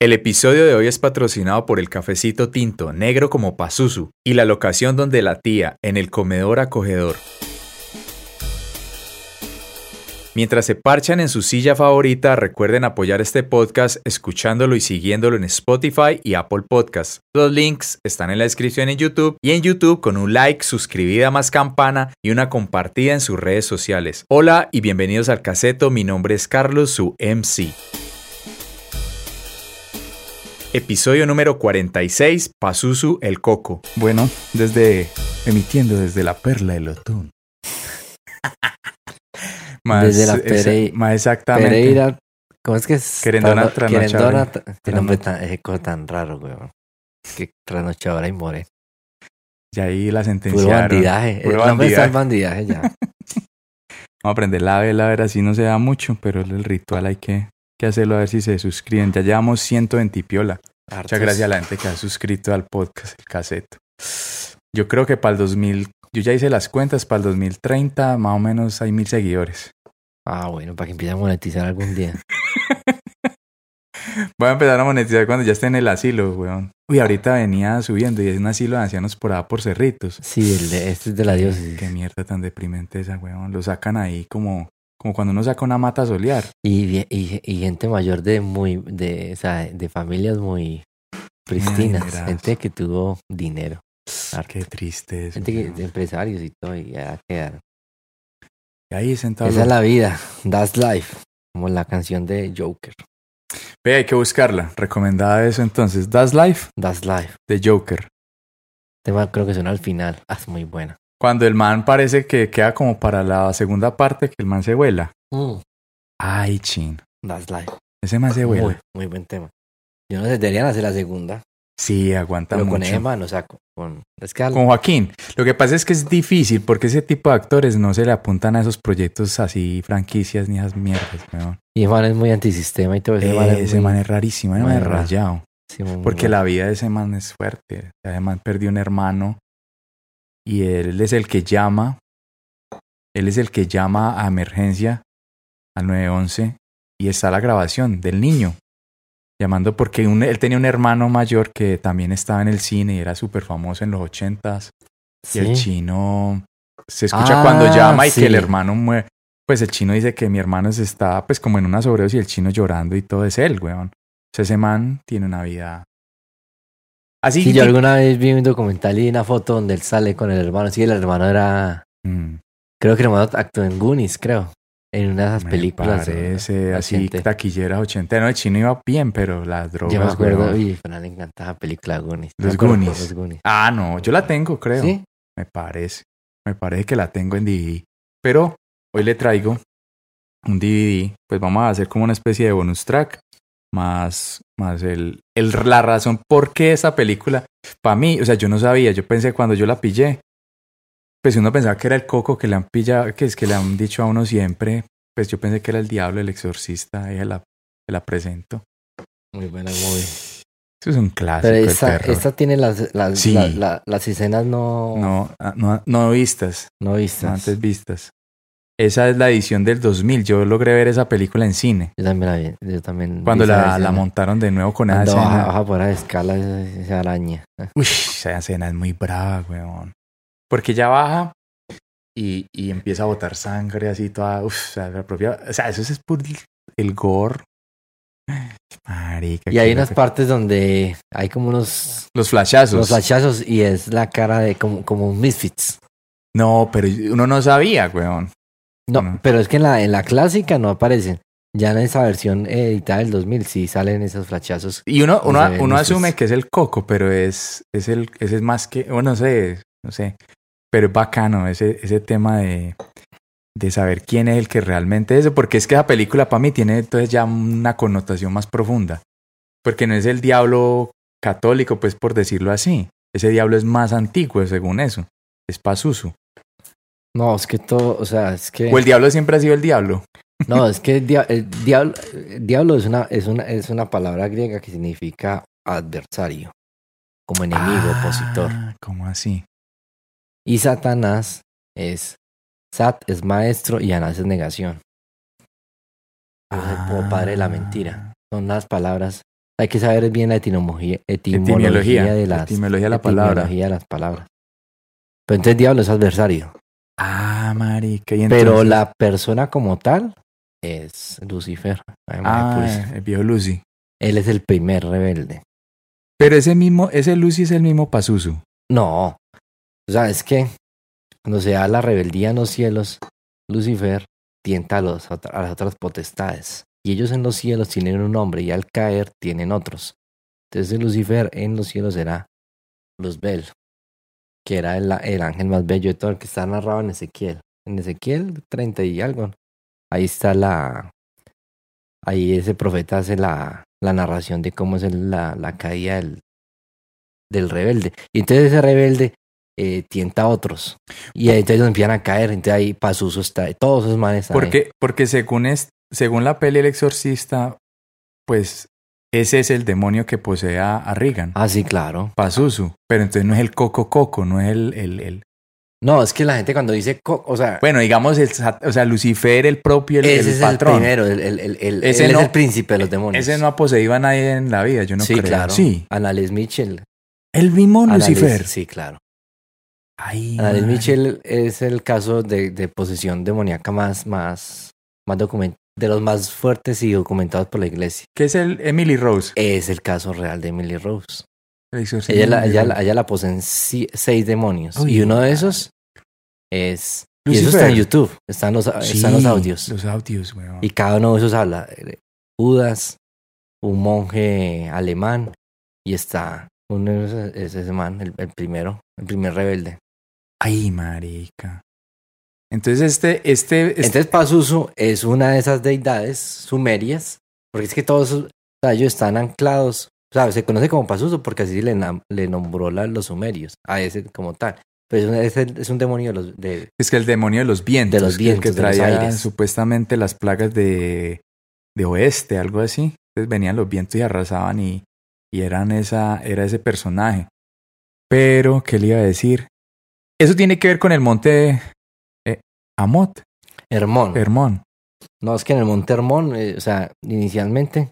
El episodio de hoy es patrocinado por el cafecito tinto, negro como Pazuzu, y la locación donde la tía, en el comedor acogedor. Mientras se parchan en su silla favorita, recuerden apoyar este podcast escuchándolo y siguiéndolo en Spotify y Apple Podcasts. Los links están en la descripción en YouTube y en YouTube con un like, suscribida más campana y una compartida en sus redes sociales. Hola y bienvenidos al caseto, mi nombre es Carlos, su MC. Episodio número 46, Pazuzu el Coco. Bueno, desde emitiendo desde la perla del otún. Desde la Perey- más exactamente. Pereira. ¿Cómo es que es? Querendona Trano- trasnochadora. Querendona tra- Qué nombre tan, ese cojo tan raro, weón. Que trasnochadora y more. Y ahí la Puro sentenciaron. bandidaje. Puro el nombre está en bandidaje. bandidaje ya. Vamos a aprender la vela, a ver, así no se da mucho, pero el ritual hay que, que hacerlo a ver si se suscriben. Ya llevamos 120 piola. Muchas gracias a la gente que ha suscrito al podcast, el caseto. Yo creo que para el 2000, yo ya hice las cuentas, para el 2030 más o menos hay mil seguidores. Ah, bueno, para que empiece a monetizar algún día. Voy a empezar a monetizar cuando ya esté en el asilo, weón. Uy, ahorita venía subiendo y es un asilo de ancianos por allá por Cerritos. Sí, el de- este es de la diócesis. Qué mierda tan deprimente esa, weón. Lo sacan ahí como, como cuando uno saca una mata a solear. Y, vie- y, y gente mayor de muy, de, o sea, de familias muy pristinas. adineradas. gente que tuvo dinero. Qué triste eso. Gente que, weón. de empresarios y todo, y ya quedaron. Y ahí sentado. Esa es la vida. That's life. Como la canción de Joker. Ve, hay que buscarla. Recomendada eso entonces. Das Life That's life. de Joker. Tema creo que suena al final. Ah, es muy buena. Cuando el man parece que queda como para la segunda parte, que el man se vuela. Mm. Ay, chin. That's life. Ese man se Muy, vuela. muy buen tema. Ah, Yo no sé, deberían hacer la segunda. Sí, aguanta pero con mucho. Emma no saco. Con, es que al- Con Joaquín. Lo que pasa es que es difícil porque ese tipo de actores no se le apuntan a esos proyectos así, franquicias ni esas mierdas, weón. Y el man es muy antisistema y todo. Pues Ese man Eh, es ese muy- man es rarísimo, ese man man es es raro. rayado. sí, muy Porque bueno. la vida de ese man es fuerte. Ese man perdió un hermano y él es el que llama. Él es el que llama a emergencia al 911 y está la grabación del niño. Llamando porque un- él tenía un hermano mayor que también estaba en el cine y era súper famoso en los ochentas. Y el Sí. chino se escucha Ah, cuando llama y sí. que el hermano muere. Pues el chino dice que mi hermano se está pues como en una sobredosis y el chino llorando y todo es él, weón. O sea, ese man tiene una vida. Así Sí, que- yo alguna vez vi un documental y una foto donde él sale con el hermano. Sí, el hermano era. Mm, Creo que el hermano actuó en Goonies, creo. En una de esas me películas. parece así reciente. taquillera ochentena. El chino iba bien, pero las drogas. Yo me acuerdo. weón. Uy, Fernando le encantaba la película Goonies. Me Los acuerdo por Goonies. Los Goonies. Ah, no, yo la tengo, creo. ¿Sí? Me parece. Me parece que la tengo en DVD. Pero hoy le traigo un DVD. Pues vamos a hacer como una especie de bonus track. Más, más el, el- la razón por qué esa película. Para mí, o sea, yo no sabía. Yo pensé cuando yo la pillé. Pues uno pensaba que era el coco que le han pillado, que es que le han dicho a uno siempre. Pues yo pensé que era el diablo, el exorcista. Ella la, se la presento. Muy buena movie. Eso es un clásico. Pero del esta, terror. esta tiene las, las, Sí. la- la- las escenas no, no. No, ah, no, no vistas. vistas. antes vistas. Esa es la edición del 2000. Yo logré ver esa película en cine. Yo también la vi. Yo también Cuando vi esa la, la escena. montaron de nuevo con esa Cuando baja, escena. baja por la escala esa, esa araña. Uy, esa escena es muy brava, weón. Porque ella baja y, y empieza a botar sangre así toda... Uf, o sea, la propia... O sea, eso es por el gore. Marica. Y hay qué unas loco. partes donde hay como unos, Los flashazos. unos hachazos y es la cara de como, como un Misfits. No, pero uno no sabía, weón. No, No. pero es que en la, en la clásica no aparecen. Ya en esa versión eh, editada del 2000 sí salen esos flachazos. Y uno, No uno, se ven uno luces. asume que es el coco, pero es, es el, ese es más que, bueno, no sé, no sé. Pero es bacano ese, ese tema de, de saber quién es el que realmente es, porque es que esa película para mí tiene entonces ya una connotación más profunda. Porque no es el diablo católico, pues por decirlo así. Ese diablo es más antiguo, según eso. Es Pazuzu. No, es que todo, o sea, es que... O el diablo siempre ha sido el diablo. No, es que dia- el diablo, el diablo es, una, es, una, es una palabra griega que significa adversario, como enemigo, opositor. Ah, ¿Cómo así? Y Satanás es, Sat es maestro y Anás es Ah. negación. Es el- como padre de la mentira. Son las palabras Hay que saber bien la etimología, Etimología. etimología de las Etimología de la palabra. etimología de las palabras. Pero entonces diablo es adversario. Ah, marica. Y Pero entonces- la persona como tal es Lucifer. pues. además de Ah, purísimo. el viejo Lucy. Él es el primer rebelde. Pero ese mismo, ese Lucy es el mismo Pazuzu. No. O sea, es que cuando se da la rebeldía en los cielos, Lucifer tienta a, los otra- a las otras potestades. Y ellos en los cielos tienen un nombre y al caer tienen otros. Entonces Lucifer en los cielos era Luzbel, que era el, el ángel más bello de todo el que está narrado en Ezequiel. En Ezequiel 30 y algo. Ahí está la... Ahí ese profeta hace la, la narración de cómo es el- la, la caída del, del rebelde. Y entonces ese rebelde eh, tienta a otros. Y ahí entonces empiezan a caer. Entonces ahí Pazuzu está, todos esos manes están ahí. Porque, porque según, es, según la peli El Exorcista, pues ese es el demonio que posee a, a Regan. Ah, sí, claro. Pazuzu. Pero entonces no es el Coco Coco, no es el... el- el- No, es que la gente cuando dice, co- o sea, Bueno, digamos, el, sat- o sea, Lucifer, el propio, el, ese el es patrón. el primero, el, el, el, el- Ese él no- es el príncipe de los demonios. Ese no ha poseído a nadie en la vida, yo no sí, creo. claro. Sí, Annalise Mitchell. el mismo Annalise- Lucifer. sí, claro. Ay, Annalise madre. Mitchell es el caso de, de posesión demoníaca más, más, más document de los más fuertes y documentados por la iglesia. Que es el Emily Rose. Es el caso real de Emily Rose. El exorcismo Ella la, de ella, Emily la- ella la poseen si- seis demonios. Uy, y uno de esos es. Y Lucifer. eso está en YouTube. Están los, Rose. están los Sí, audios. Los audios, weón. Y cada uno de esos habla. eh, Judas, un monje alemán. Y está. Uno de esos es ese man, el, el primero. El primer rebelde. Ay, marica. Entonces este, este, este- Entonces Pazuzu es una de esas deidades sumerias. Porque es que todos esos- o sea, ellos están anclados. O sea, se conoce como Pazuzu porque así le, nam- le nombró la- los sumerios a ese como tal. Pero es un, es el- es un demonio de los, de, es que el demonio de los vientos, de los que es el vientos, que de los traía aires. supuestamente las plagas de, de oeste, algo así. Entonces venían los vientos y arrasaban y, y eran esa, era ese personaje. Pero, ¿qué le iba a decir? Eso tiene que ver con el monte eh, Amot, Hermón. Hermón. No, es que en el Monte Hermón, eh, o sea, inicialmente,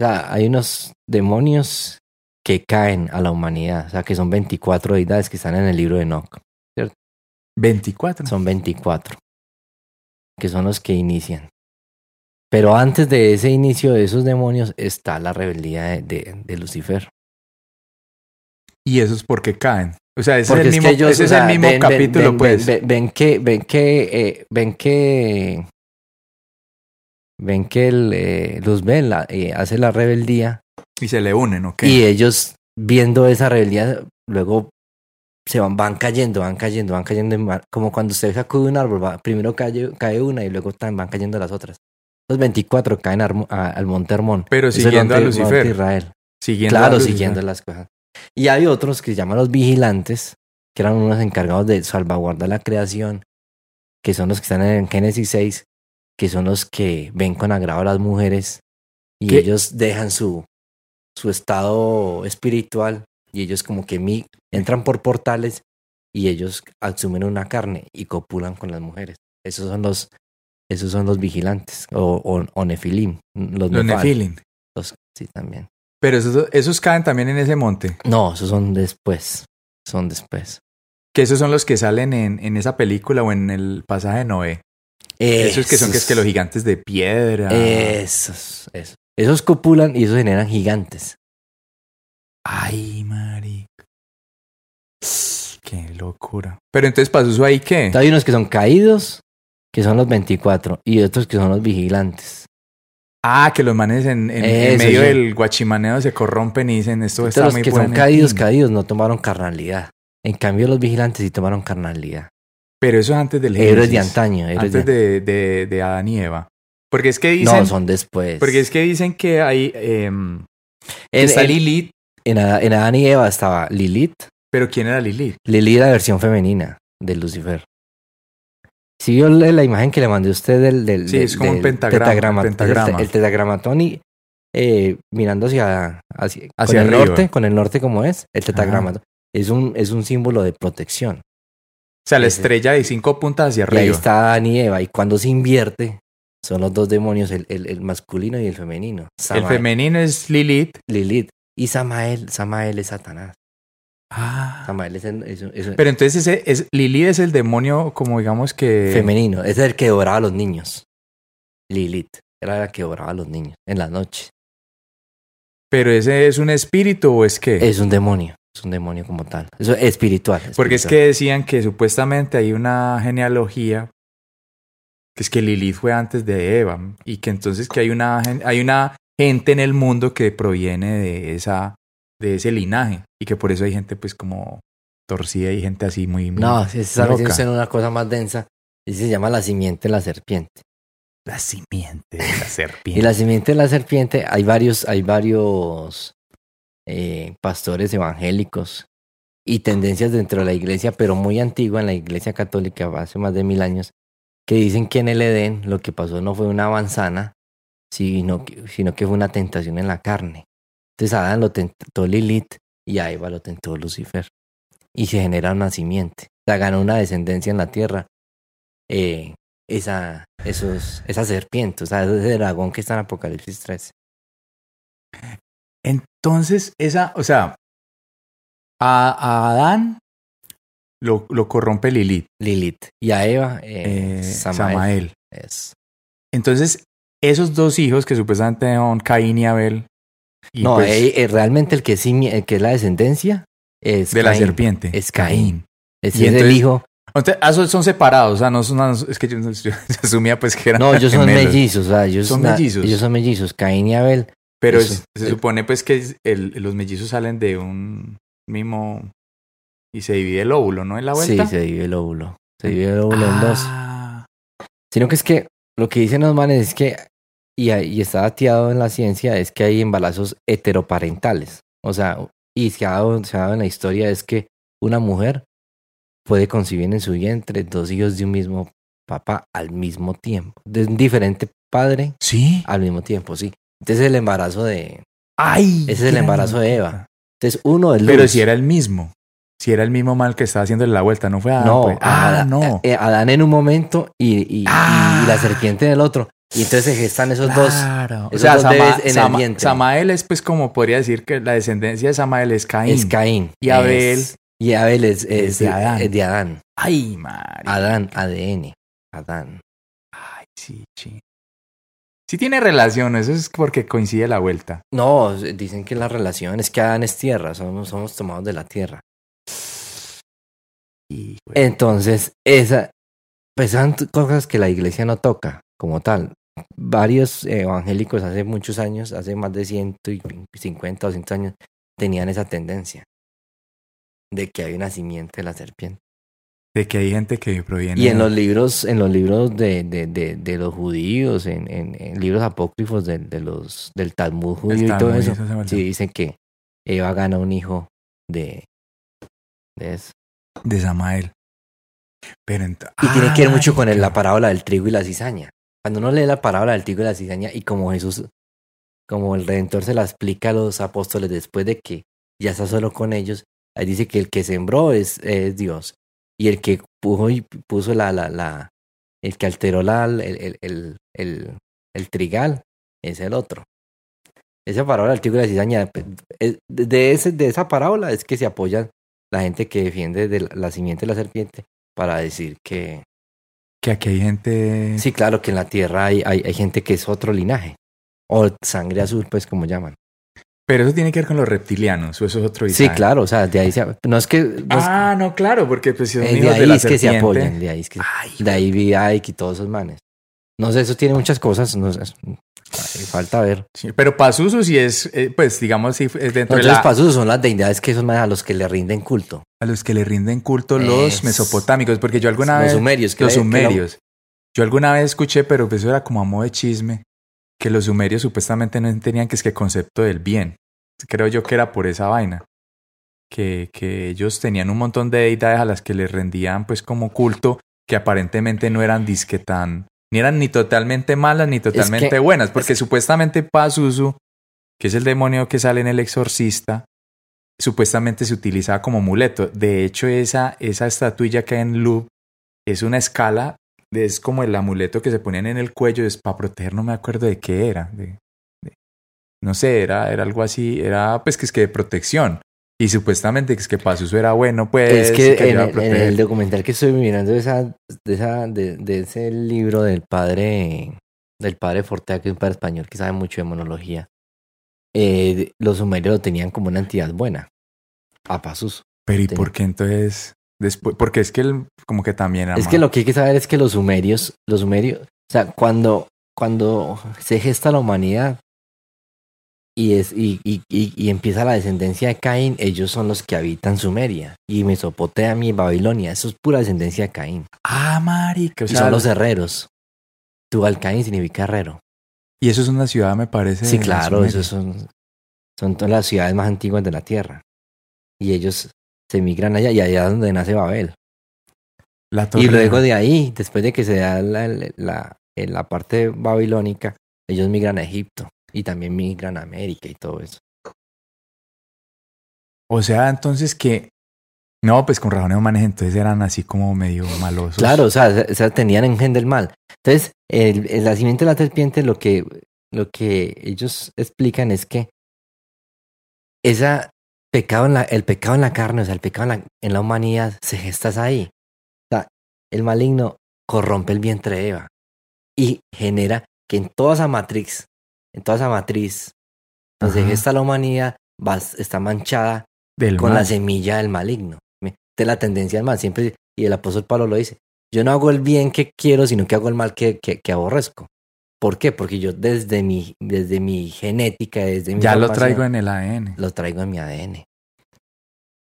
o sea, hay unos demonios que caen a la humanidad, o sea, que son 24 deidades que están en el libro de Enoch. 24. Son 24, que son los que inician. Pero antes de ese inicio de esos demonios está la rebeldía de, de- de Lucifer. Y eso es porque caen. O sea, ese Porque es el que mismo, ellos, ese o es sea, el mismo ven- ven- capítulo, ven- pues. Ven, ven que, ven que, eh, ven que, ven que el, eh, Luzbel la- eh, hace la rebeldía y se le unen, ¿ok? Y ellos, viendo esa rebeldía, luego se van, van cayendo, van cayendo, van cayendo. en mar- Como cuando usted sacude un árbol, va- primero cae, cae una y luego tan, van cayendo las otras. Los 24 caen armo- a- al Monte Hermón. Pero Es el Pues siguiendo a monte- monte Lucifer. Israel. Siguiendo a Claro, Lucifer. siguiendo las cosas. Y hay otros que se llaman los vigilantes, que eran unos encargados de salvaguardar la creación, que son los que están en Génesis 6, que son los que ven con agrado a las mujeres y ¿Qué? ellos dejan su, su estado espiritual y ellos como que mi- entran por portales y ellos asumen una carne y copulan con las mujeres. Esos son los, esos son los vigilantes o, o, o nefilim, los, Los nefal, Nefilim. los- sí, también. Pero esos, esos caen también en ese monte. No, esos son después. Son después. Que esos son los que salen en, en esa película o en el pasaje de Noé. Esos que son que es que los gigantes de piedra. Eh. Esos, esos. Esos copulan y esos generan gigantes. Ay, marica. Qué locura. Pero entonces pasó ahí qué? Hay unos que son caídos, que son los 24, y otros que son los vigilantes. Ah, que los manes en, en- en Eso, medio sí. del guachimaneo se corrompen y dicen esto Entonces, está los muy que bueno. Mm. son caídos, caídos, no tomaron carnalidad. En cambio, los vigilantes sí tomaron carnalidad. Pero eso es antes del Héroes de Génesis, antaño. héroes Antes de, de- de, de Adán y Eva. Porque es que dicen. No, son después. Porque es que dicen que hay. em, en, está en- Lilith. en Ada- en Adán y Eva estaba Lilith, Pero ¿quién era Lilith? Lili la versión femenina de Lucifer. Si vio la la imagen que le mandé a usted del, del, Sí, del- es como un del pentagrama, tetragrama- un pentagrama. El, tetragramatón y eh, mirando hacia, hacia, Hacia con el arriba. norte, con el norte como es, el tetragramatón es un, es un símbolo de protección. O sea, la Ese. estrella de cinco puntas hacia Y ahí arriba. está Adán y Eva. Y cuando se invierte, Son los dos demonios, el, el- el masculino y el femenino. El Samael- femenino es Lilith. Lilith. Y Samael, Samael es Satanás. Ah. Samael es, el- es- es- Pero entonces ese es, Lilith es el demonio, como digamos que. femenino. Es el que devoraba a los niños. Lilith. Era la que devoraba a los niños en la noche. Pero ese es un espíritu o es que. Es un demonio. Es un demonio como tal. Eso es espiritual. Porque es que espiritual. decían que supuestamente hay una genealogía que es que Lilith fue antes de Eva y que entonces que hay una gen- hay una gente en el mundo que proviene de esa de ese linaje y que por eso hay gente pues como torcida y gente así muy, muy- No, se está loca. metiendo en una cosa más densa. Y se llama la simiente de la serpiente. la simiente de la Y serpiente. la simiente de la serpiente, hay varios, hay varios eh, pastores evangélicos y tendencias dentro de la iglesia, pero muy antigua en la iglesia católica, hace más de mil años, que dicen que en el Edén lo que pasó no fue una manzana, sino que, sino que fue una tentación en la carne. Entonces a Adán lo tentó Lilith y a Eva lo tentó Lucifer. Y se genera una simiente. O sea, ganó una descendencia en la tierra. Eh, esa, esos, esa serpiente, o sea, ese dragón que está en Apocalipsis 3. Entonces esa, o sea, a, a Adán lo, lo corrompe Lilith, Lilith. Y a Eva, eh, eh, Samael. Samael. Es- Entonces, esos dos hijos que supuestamente son Caín y Abel. y no, pues, eh, eh, realmente el que, sí, el que es la descendencia es de la Caín. serpiente. Es Caín. Ese Y es el entonces- hijo. Entonces, ah, son- son separados. O sea, no son, no, es que yo, no- yo asumía pues que eran No, ellos son gemelos. mellizos. o sea, ellos, Son na- mellizos. Ellos son mellizos, Caín y Abel. Pero Eso. es- se supone pues que es el- los mellizos salen de un mismo y se divide el óvulo, ¿no? En la vuelta. Sí, se divide el óvulo. Se divide el óvulo en dos. Ah, Sino que es que lo que dicen los manes es que, y, hay- y está dateado en la ciencia, es que hay embarazos heteroparentales. O sea, y se ha, dado, se ha dado en la historia es que una mujer puede concebir en su vientre dos hijos de un mismo papá al mismo tiempo. De un diferente padre Sí. al mismo tiempo, sí. Entonces el embarazo de... Ay. Ese es el qué embarazo de nota. Eva. Entonces uno es Luz. Pero si era el mismo. Si era el mismo mal que estaba haciendo la vuelta, no fue Adán. No, pues. Ah, Adán- no. eh, Adán en un momento y, y- y- Ah. y la serpiente en el otro. Y entonces se gestan esos dos. Claro. O esos sea, dos Sama- bebés en el Sama- vientre. Samael es pues como podría decir que la descendencia de Samael es Caín. Es Caín. Y Abel. Es- y Abel es, es- Es de Adán. es de Adán. Ay, madre. Adán, ADN. Adán. Ay, sí, sí. Sí tiene relación, eso es porque coincide la vuelta. No, dicen que la relación es que Adán es tierra, somos, somos tomados de la tierra. Y, güey, Entonces, esa, pues son t- cosas que la iglesia no toca como tal. Varios evangélicos hace muchos años, hace más de 150 o 100 años, tenían esa tendencia de que hay una simiente de la serpiente. de que hay gente que proviene. Y en los libros, en los libros de, de, de, de los judíos, en, en, en libros apócrifos de, de los, del Talmud del judío y todo Talmud, eso, se llama el- sí dicen que Eva gana un hijo de, de eso. De Samael. Pero ent- Y tiene Ah, que ver mucho con el- Marica. la parábola del trigo y la cizaña. Cuando uno lee la parábola del trigo y la cizaña y como Jesús, como el Redentor se la explica a los apóstoles después de que ya está solo con ellos, ahí dice que el que sembró es, es Dios y el que puso, y puso la, la, la, el que alteró la, el, el, el, el, el trigal es el otro. Esa parábola del trigo y la cizaña, pe- es- de, ese, de esa parábola es que se apoyan la gente que defiende de la, la simiente de la serpiente para decir que, Que aquí hay gente. Sí, claro que en la tierra hay, hay, hay gente que es otro linaje. O sangre azul, pues como llaman. Pero eso tiene que ver con los reptilianos, o eso es otro Sí, Isaac. claro, o sea, de ahí se... No es que... no es- Pues Ah, no, claro, porque pues si son eh, de hijos ahí de la es que se serpiente. apoyan, de ahí es que... Ay, De ahí Vidaik y todos esos manes. No sé, eso tiene muchas cosas, no sé, es- ay, falta ver. Sí, pero Pazuzu sí es, eh, pues digamos, sí, es dentro de Entonces, la- pasos son las deidades que son a los que le rinden culto. a los que le rinden culto los Es- mesopotámicos, porque yo alguna los vez, sumerios. que los era- que era- sumerios, yo alguna vez escuché, pero pues eso era como a modo de chisme, que los sumerios supuestamente no tenían que es que concepto del bien. Creo yo que era por esa vaina. Que, que ellos tenían un montón de deidades a las que les rendían pues como culto, que aparentemente no eran disque tan, ni eran ni totalmente malas ni totalmente que- buenas, porque supuestamente Pazuzu, que es el demonio que sale en el exorcista, supuestamente se utilizaba como amuleto. De hecho, esa, esa estatuilla que hay en Louvre es una escala es como el amuleto que se ponían en el cuello, es para proteger, no me acuerdo de qué era. de- de- no sé, era, era algo así, era pues que es que de protección. Y supuestamente que es que para su uso era bueno, pues. es que, en, ayudaba a el- en proteger. el documental que estoy mirando de, esa, de, esa, de, de ese libro del padre del padre Fortea, que es un padre español que sabe mucho de monología, eh, los sumerios lo tenían como una entidad buena. A Pasus. Pero ¿y ten- por qué entonces? Después, porque es que el- como que también Es ama- que lo que hay que saber es que los sumerios, los sumerios, o sea, cuando, cuando se gesta la humanidad y, es, y, y, y- y empieza la descendencia de Caín, ellos son los que habitan Sumeria y Mesopotamia y Babilonia. Eso es pura descendencia de Caín. Ah, marica. o Y sea, son los herreros. Tubalcaín significa herrero. y eso es una ciudad, me parece. Sí, en claro, Sumeria. esos son, son todas las ciudades más antiguas de la Tierra. Y ellos se migran allá y allá es donde nace Babel. La Y torre. luego de ahí, después de que se da la, la- en la parte babilónica, ellos migran a Egipto y también migran a América y todo eso. O sea, entonces que. No, pues con razones humanas, entonces eran así como medio malosos. Claro, o sea, se- o sea, tenían engen del mal. Entonces, el, el nacimiento de la serpiente, lo que, lo que ellos explican es que esa pecado en la, el pecado en la carne, o sea, el pecado en la, en la humanidad se gestas ahí. O sea, el maligno corrompe el vientre de Eva y genera que en toda esa matriz, en toda esa matriz donde se Ajá. gesta la humanidad, va- está manchada Del con la mal. semilla del maligno. Me- De la tendencia al mal, siempre, y el apóstol Pablo lo dice, yo no hago el bien que quiero, sino que hago el mal que, que, que aborrezco. ¿Por qué? Porque yo desde mi, desde mi genética, desde mi... Ya lo formación, traigo en el ADN. Lo traigo en mi ADN.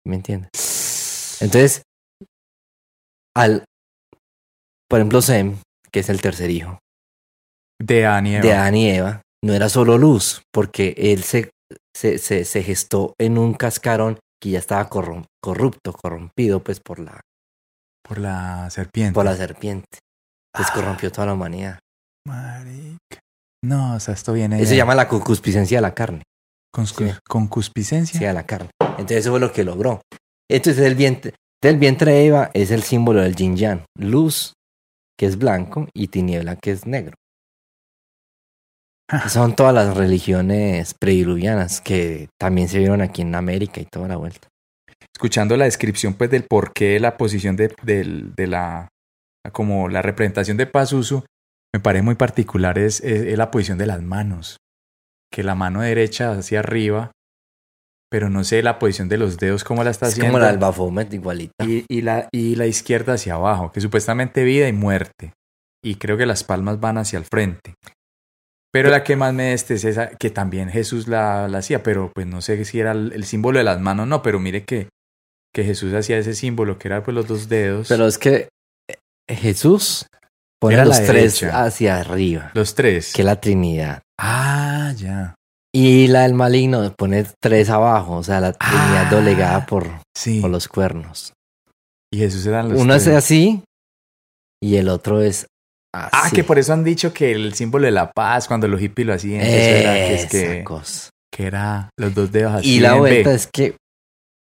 ¿Me entiendes? Entonces, al... Por ejemplo, Sem, que es el tercer hijo, De Daniel. de Adán y Eva no era solo luz, porque él se, se, se- se gestó en un cascarón que ya estaba corrom- corrupto, corrompido pues por la, Por la serpiente. por la serpiente. Entonces Ah. corrompió toda la humanidad. Marica. No, o sea, esto viene. Eso se de- llama la concupiscencia de la carne. conscu- sí. concupiscencia. Sí, de la carne. Entonces eso fue lo que logró. Entonces el vientre, del vientre de Eva es el símbolo del yin yang. Luz, que es blanco, y tiniebla, que es negro. Ah. Son todas las religiones prediluvianas que también se vieron aquí en América y toda la vuelta. Escuchando la descripción, pues, del por qué la posición de, del- de la. Como la representación de Pazuzu, me parece muy particular es, es- es la posición de las manos. Que la mano derecha hacia arriba, pero no sé la posición de los dedos, cómo la está Es haciendo. como la del Baphomet, igualita. y, y la, y la izquierda hacia abajo, que supuestamente vida y muerte. Y creo que las palmas van hacia el frente. Pero la que más me deste es esa, que también Jesús la, la hacía, pero pues no sé si era el, el símbolo de las manos, no, pero mire que, que Jesús hacía ese símbolo, que era pues los dos dedos, Pero es que eh, Jesús pone Era a los la tres derecha. hacia arriba, los tres. que es la Trinidad. Ah, ya. Y la del maligno pone tres abajo, o sea, la Trinidad Ah. doblegada por, Sí. por los cuernos. Y Jesús eran los Uno tres. es así y el otro es así. Ah, que por eso han dicho que el símbolo de la paz, cuando los hippies lo hacían, eso era que, es Esa que, cosa. que era los dos dedos así. Y la en V. vuelta es que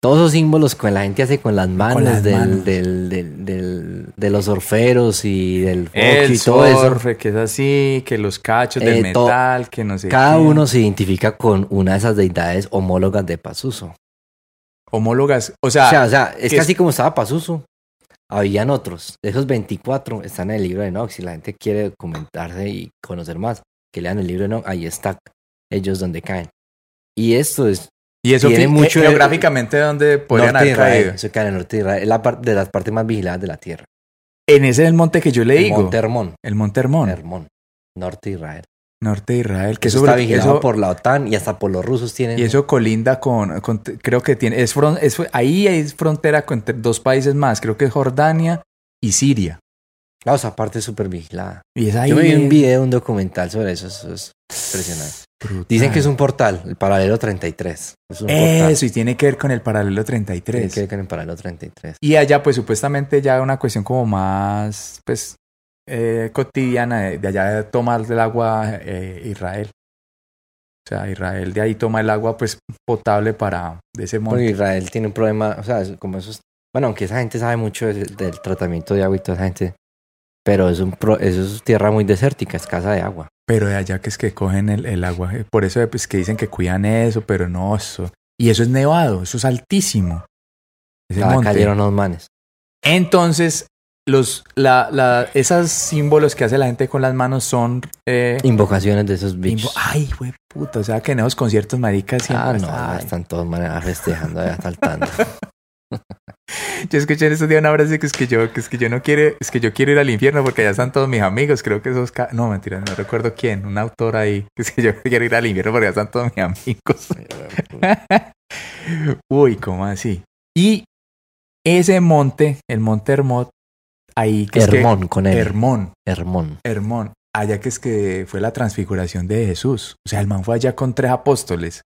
todos esos símbolos que la gente hace con las manos, las del, manos. Del, del- del- de los orferos y del foco El y todo eso. surfe, que es así, que los cachos del Eh, to- metal, que no sé Cada qué. uno se identifica con una de esas deidades homólogas de Pasuso. Homólogas, o sea, o sea, o sea, es que que es- así como estaba Pasuso, habían otros. Esos 24 están en el libro de Enoch. Si la gente quiere documentarse y conocer más, que lean el libro de Enoch, ahí está ellos donde caen. Y esto es y eso tiene fi- eh, mucho- geográficamente donde podrían norte de haber Israel. caído. Eso cae en el norte de Israel. Es la parte de las partes más vigiladas de la tierra. En ese es el monte que yo le El digo, Monte Hermón. el monte Hermón, Hermón. Norte de Israel. norte de Israel, que eso sobre- está vigilado eso- por la OTAN y hasta por los rusos tienen. y eso colinda con, con- creo que tiene es, fron- es ahí es frontera con entre dos países más, creo que es Jordania y Siria. No, esa parte es súper vigilada. Y es ahí. Yo vi un video, un documental sobre eso, eso es impresionante. Brutal. Dicen que es un portal, el paralelo 33. Es un portal. Eso y tiene que ver con el paralelo Tiene 33. que ver con el paralelo 33. Y allá, pues supuestamente ya una cuestión como más, pues, eh, cotidiana de, de allá de tomar el agua eh, Israel. O sea, Israel de ahí toma el agua, pues, potable para de ese Porque monte. Israel tiene un problema, o sea, es como esos... Bueno, aunque esa gente sabe mucho del, del tratamiento de agua y toda esa gente Pero es, un pro- eso es tierra muy desértica, escasa de agua. Pero de allá que es que cogen el, el agua. eh, Por eso eh, pues, que dicen que cuidan eso, pero no eso. Y eso es nevado, eso es altísimo. Ese Nada, monte. Ah, cayeron los manes. Entonces, los, la, la, esos símbolos que hace la gente con las manos son... eh, Invocaciones de esos bichos. imbo- Ay, güey, puta. O sea, que en esos conciertos maricas siempre... Ah, no, está- no, pues, ay. están todos manes festejando, allá, saltando. Yo escuché en estos días una frase que es que yo, que es que yo no quiero, es que yo quiero ir al infierno porque allá están todos mis amigos. Creo que esos ca- no mentira, no recuerdo quién, un autor ahí. Es que yo quiero ir al infierno porque allá están todos mis amigos. pues. Uy, ¿cómo así? Y ese monte, el monte Hermón, ahí que Hermón con es que él. Hermón, Hermón. Hermón, allá que es que fue la transfiguración de Jesús. O sea, el man fue allá con tres apóstoles.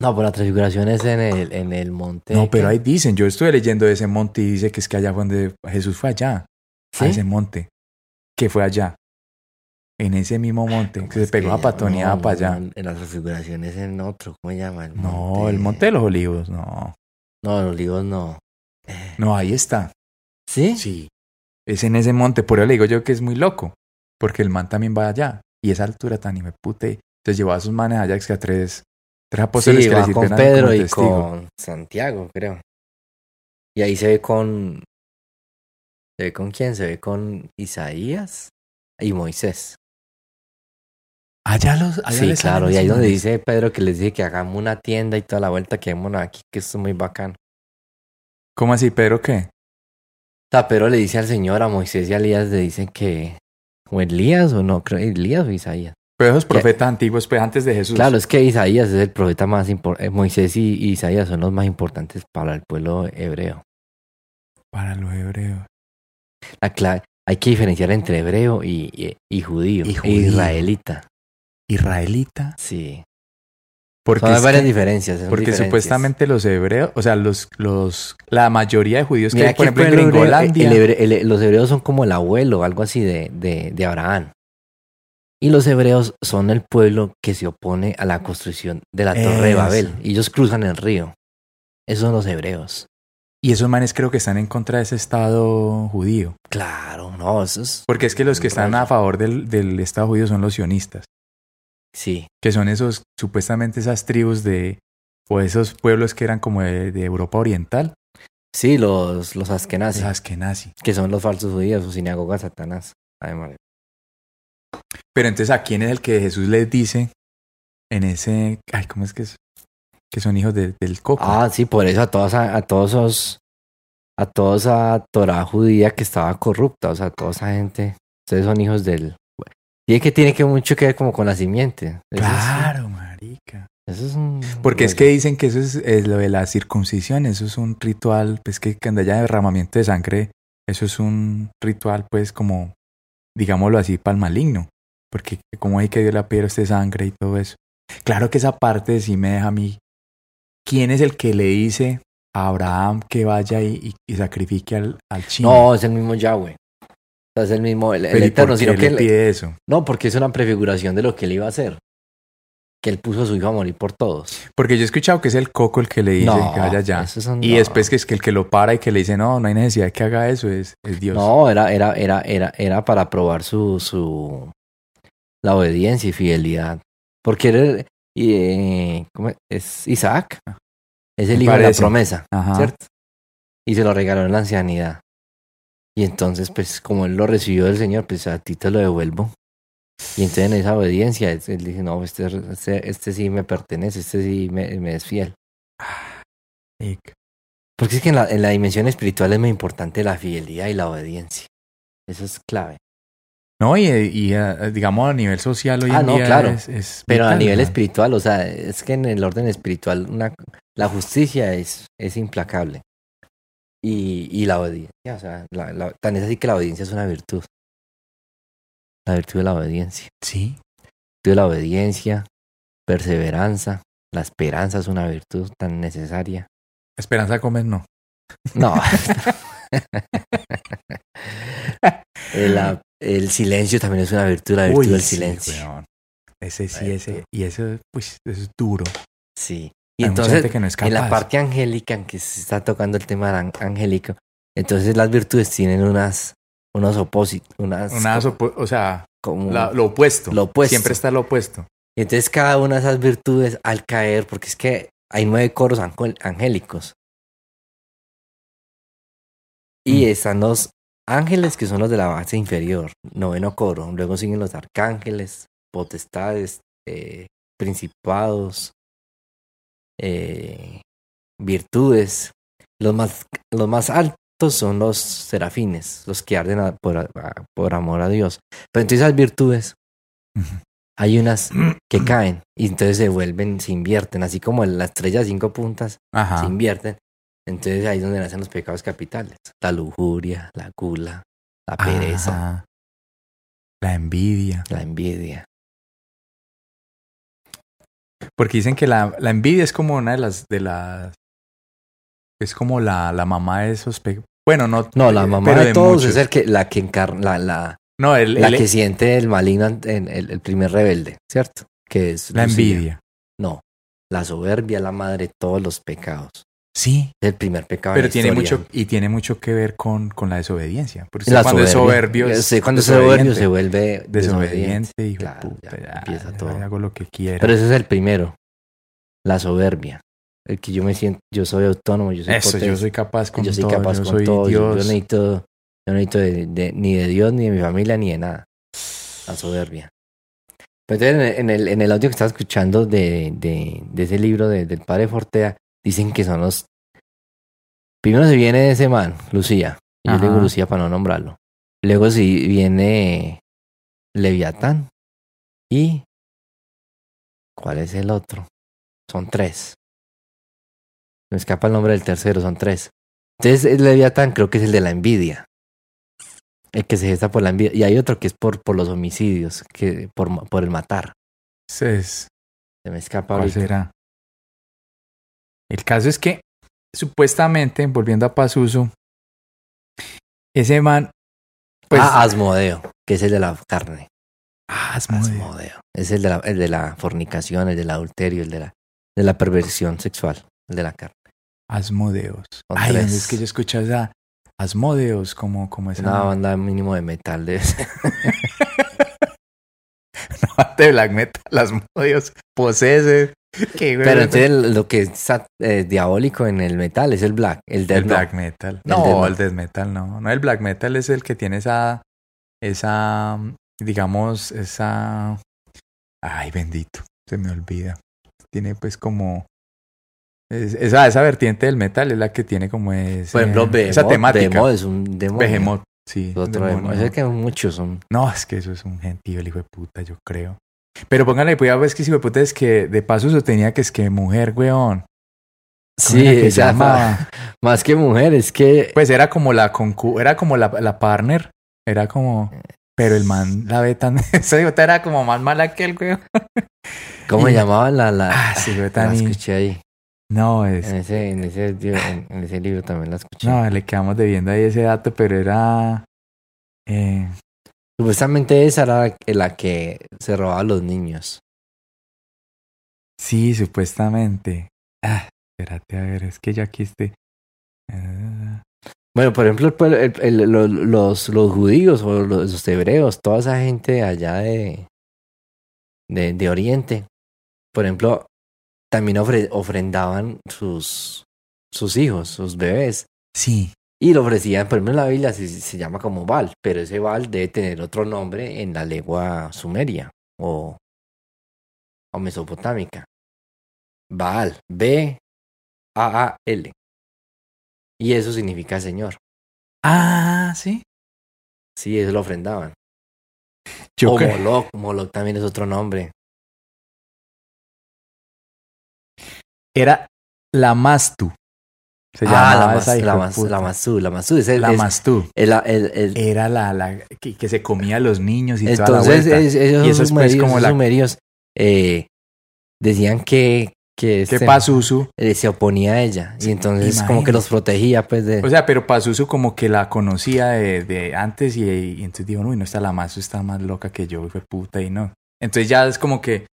No, pero la transfiguración es en el, en el monte. No, pero que- ahí dicen, yo estuve leyendo de ese monte y dice que es que allá fue donde Jesús fue allá. ¿Sí? a ese monte que fue allá. En ese mismo monte que se Es que pegó a ya- patoneada no, para allá. no, En las transfiguraciones en otro, ¿cómo se llama? El No, el monte de los olivos, no. No, los olivos no. Eh, No, ahí está. ¿Sí? Sí. Es en ese monte, por eso le digo yo que es muy loco. Porque el man también va allá. Y esa altura tan y me pute. Entonces llevó a sus manes allá que a tres, tres apóstoles sí, pues que va le con sirvieran Pedro como y testigo. con Santiago, creo. Y ahí se ve con... ¿Se ve con quién? Se ve con Isaías y Moisés. Allá los. allá sí, les salen claro. Y esos ahí donde manes. dice Pedro que les dije que hagamos una tienda y toda la vuelta, que quedémonos aquí, que esto es muy bacano. ¿Cómo así, Pedro qué? O sea, Pedro le dice al Señor, a Moisés y a Elías le dicen que... O Elías o no, creo Elías o Isaías. Pero esos profetas antiguos, pues antes de Jesús. Claro, es que Isaías es el profeta más importante. Moisés y y Isaías son los más importantes para el pueblo hebreo. Para los hebreos. La cla- Ah, hay que diferenciar entre hebreo y, y- y judío. Y e judío. israelita. Israelita. Sí. Porque Son es varias que- diferencias. son Porque diferencias. supuestamente los hebreos, o sea, los, los, la mayoría de judíos que Mira hay, por que ejemplo, en el pueblo hebreo- Gringolandia, el hebre- el- los hebreos son como el abuelo o algo así de, de- de Abraham. Y los hebreos son el pueblo que se opone a la construcción de la Torre de Eso. Babel. Y ellos cruzan el río. Esos son los hebreos. y esos manes creo que están en contra de ese Estado judío. Claro, no, eso es. Porque es que los que están a Rayo. favor del, del Estado judío son los sionistas, Sí. que son esos, supuestamente esas tribus de, o esos pueblos que eran como de, de Europa Oriental, Sí, los, los askenazis, esas que nazi. que son los falsos judíos, sus sinagogas satanás. Además, Pero entonces, ¿a quién es el que Jesús les dice en ese, ay, cómo es que es? Que son hijos de- del coco. ah, sí, por eso a todos, a, a todos esos, a toda esa Torah judía que estaba corrupta, o sea, toda esa gente, ustedes son hijos del... Y es que tiene que mucho que ver como con la simiente. Eso es- claro, marica. Eso es un... Porque es que dicen que eso es, es lo de la circuncisión, eso es un ritual, pues que cuando haya derramamiento de sangre, eso es un ritual, pues como, digámoslo así, para el maligno. Porque como hay que Dios la piedra este sangre y todo eso. Claro que esa parte sí me deja a mí. ¿Quién es el que le dice a Abraham que vaya y, y- y sacrifique al, al chino? No, es el mismo Yahweh. O sea, es el mismo, el, el Pero ¿y por eterno, qué sino que... le el- pide eso? No, porque es una prefiguración de lo que él iba a hacer. Que él puso a su hijo a morir por todos. Porque yo he escuchado que es el coco el que le dice no, que vaya allá. eso es un- Y no. después que es que el que lo para y que le dice, no, no hay necesidad de que haga eso, es, es Dios. No, era, era, era, era, era para probar su, su la obediencia y fidelidad. Porque él es Isaac, es el Ah, Me hijo de la parece. Ah. promesa, Ajá. ¿cierto? Y se lo regaló en la ancianidad. Y entonces, pues, como él lo recibió del Señor, pues a ti te lo devuelvo. Y entonces en esa obediencia, él, él dice, no, este, este, este sí me pertenece, este sí me, me es fiel. Ic. Porque es que en la, en la dimensión espiritual es muy importante la fidelidad y la obediencia. Eso es clave. No, y, y, eh, digamos a nivel social hoy Ah, en no, día claro. es, es Pero a vital, nivel ¿no? espiritual, o sea, es que en el orden espiritual una, la justicia es, es implacable. Y, y la obediencia, o sea, la- la- tan es así que la obediencia es una virtud. La virtud de la obediencia. Sí. virtud de la obediencia, perseverancia, la esperanza es una virtud tan necesaria. Esperanza Gómez no. No. el, el silencio también es una virtud, la virtud Uy, del sí, silencio. weón. Ese sí, Ay, ese. Y eso, pues, eso es duro. sí. Hay Y mucha entonces, gente que no es En la capaz. parte angélica, en que se está tocando el tema an- angélico, entonces las virtudes tienen unas, unos opósitos, unas, Unas opu- o sea, como la- lo opuesto. lo opuesto. Siempre está lo opuesto. Y entonces cada una de esas virtudes al caer, porque es que hay nueve coros angel- angélicos. Y están los ángeles que son los de la base inferior, noveno coro. Luego siguen los arcángeles, potestades, eh, principados, eh, virtudes. Los más, los más altos son los serafines, los que arden a- por, a- por amor a Dios. Pero entonces esas virtudes, hay unas que caen y entonces se vuelven, se invierten, así como la estrella de cinco puntas se Ajá. invierten. Entonces ahí es donde nacen los pecados capitales, la lujuria, la gula, la Ah. pereza, Ajá. La envidia. la envidia. Porque dicen que la, la envidia es como una de las. De las es como la, la mamá de esos pe- Bueno, no. No, la eh, mamá pero de, todos muchos. es el que, la que encarna, la, la, No, el- la el- e, que siente el maligno ante- en el, el primer rebelde, ¿cierto? Que es la Lucía. envidia. No, la soberbia, la madre de todos los pecados. Sí. Es el primer pecado. en Pero la tiene Ah, historia. mucho. Y tiene mucho que ver con, con la desobediencia. Porque usted La cuando es soberbia. soberbio. es Sí, cuando es soberbio desobediente. se vuelve desobediente. desobediente, hijo Claro, de puta. ya ya, empieza ya todo. Hago lo que quiera. Pero ese es el primero. La soberbia. El que yo me siento, yo soy autónomo, yo soy Eso, potente, yo soy capaz con yo soy todo, capaz yo con soy todo, yo- Dios. Yo, necesito, yo no necesito de- de- ni de Dios, ni de mi familia, ni de nada. La soberbia. Pero entonces en el, en el, en el audio que estaba escuchando de, de, de ese libro de- del padre Fortea, dicen que son los... Primero se viene ese man, Lucía. Y Yo le digo Ajá. Lucía para no nombrarlo. Luego si viene Leviatán. ¿Y cuál es el otro? Son tres. Me escapa el nombre del tercero, son tres. Entonces el Leviatán creo que es el de la envidia. El que se gesta por la envidia. Y hay otro que es por, por los homicidios, que por, ma- por el matar. Entonces, Se me escapa ¿cuál ahorita. será? El caso es que, supuestamente, volviendo a Pasuso, ese man. Pues, ah, Asmodeo, que es el de la carne. ah, es muy- Asmodeo. Es el de la, el de la fornicación, el del adulterio, el de la, de la perversión sexual, el de la carne. Asmodeos. Son Ay, ¿dónde tres. es que yo escucho esa Asmodeos, como, como esa Una banda mínimo de metal de de black metal, Asmodeos, posese. qué güey, Pero entonces lo que está eh, diabólico en el metal es el black, el death el note. black metal. El no, death metal. el death metal no. No, el black metal es el que tiene esa, esa, digamos, esa. Ay, bendito, se me olvida. Tiene pues como es- esa, esa vertiente del metal es la que tiene como ese- Por ejemplo, esa Behemoth, temática. Behemoth es un demonio. Behemoth, sí. Otro demonio. demonio. Es que muchos son. No, es que eso es un gentío, el hijo de puta, yo creo. Pero póngale, pues ya ves que si de puta es que de paso eso tenía que es que mujer, weón. ¿Cómo Sí, era que o sea, ah, llamaba? más que mujeres, que Pues era como la concu era como la, la partner, era como pero el man la ve tan esa idiota era como más mala que el güey. ¿Cómo Pues, y- llamaban la la? Ah, sí, güey, la tan in- escuché ahí. No, es En ese, en ese, en, en ese libro también la escuché. no, le quedamos debiendo ahí ese dato, pero era eh, Supuestamente esa era la, la que se robaba a los niños. sí, supuestamente. Ah, espérate, a ver, es que yo aquí estoy. Ah, Bueno, por ejemplo, el pueblo- el- el- lo- los, los judíos o los, los hebreos, toda esa gente allá de, de, de Oriente, por ejemplo, también ofre- ofrendaban sus, sus hijos, sus bebés, sí, y lo ofrecían, por ejemplo, en la Biblia se, se llama como Baal, pero ese Baal debe tener otro nombre en la lengua sumeria o, o mesopotámica. Baal, B-A-A-L. Y eso significa Señor. Ah, sí. Sí, eso lo ofrendaban. Yo o creo- Moloch, Moloch también es otro nombre. Ah, era la Mastu. Se ah, la llamaba más, esa hija la de más, puta. la Mazú, la Mazú es el, La es Mastu. el- el- el- Era la, la que, que se comía a los niños y toda la entonces vuelta. es- ellos Y eso es, pues, sumerios, como esos la- sumerios, eh, decían que que que este, Pazuzu, eh, se oponía a ella y entonces como imagínate. que los protegía pues de o sea, pero Pazuzu como que la conocía de, de antes y, y entonces dijo, uy, no está la más, está más loca que yo, hijo de puta, y no. Entonces ya es como que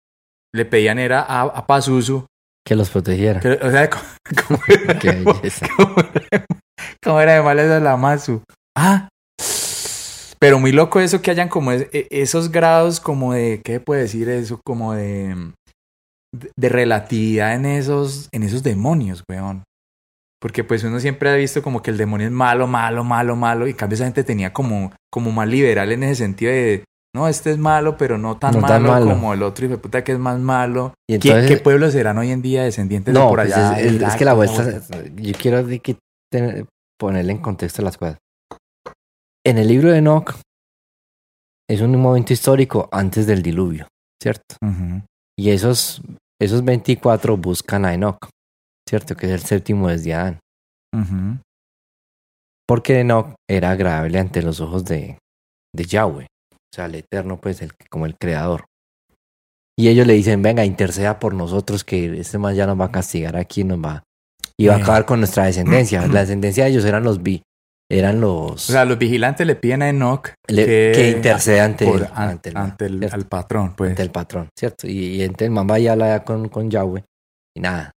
le pedían era a, a Pazuzu, que los protegiera. que- o sea, co- como, Qué belleza. como- como era de mala esa la Mazu. Ah, Pero muy loco eso que hayan como es- e- esos grados como de, ¿qué puede decir eso? Como de, de relatividad en esos, en esos demonios, weón. Porque pues uno siempre ha visto como que el demonio es malo, malo, malo, malo. Y en cambio esa gente tenía como, como más liberal en ese sentido de, no, este es malo, pero no tan, No malo, tan malo. como el otro. Y de puta que es más malo. Y ¿Qué, entonces, eh, qué pueblos serán hoy en día descendientes de no, por pues allá? es, es- de es eh, que la Irak, vuelta, como- yo quiero de que tener- ponerle en contexto las cosas. En el libro de Enoch es un momento histórico antes del diluvio, ¿cierto? Ujú. Y esos, esos 24 buscan a Enoch, ¿cierto? Que es el séptimo desde Adán. Ujú. Porque Enoch era agradable ante los ojos de, de Yahweh, o sea, el eterno, pues, el, como el creador. Y ellos le dicen, venga, interceda por nosotros, que este man ya nos va a castigar aquí, nos va... Y va a Eh. acabar con nuestra descendencia. La descendencia de ellos eran los bi, eran los... O sea, los vigilantes le piden a Enoch le- que- que, intercede ante, por- el- an- ante el, ante el- ¿cierto? al patrón, pues. ante el patrón, ¿cierto? Y, y entonces el man va y habla ya con, con Yahweh y nada.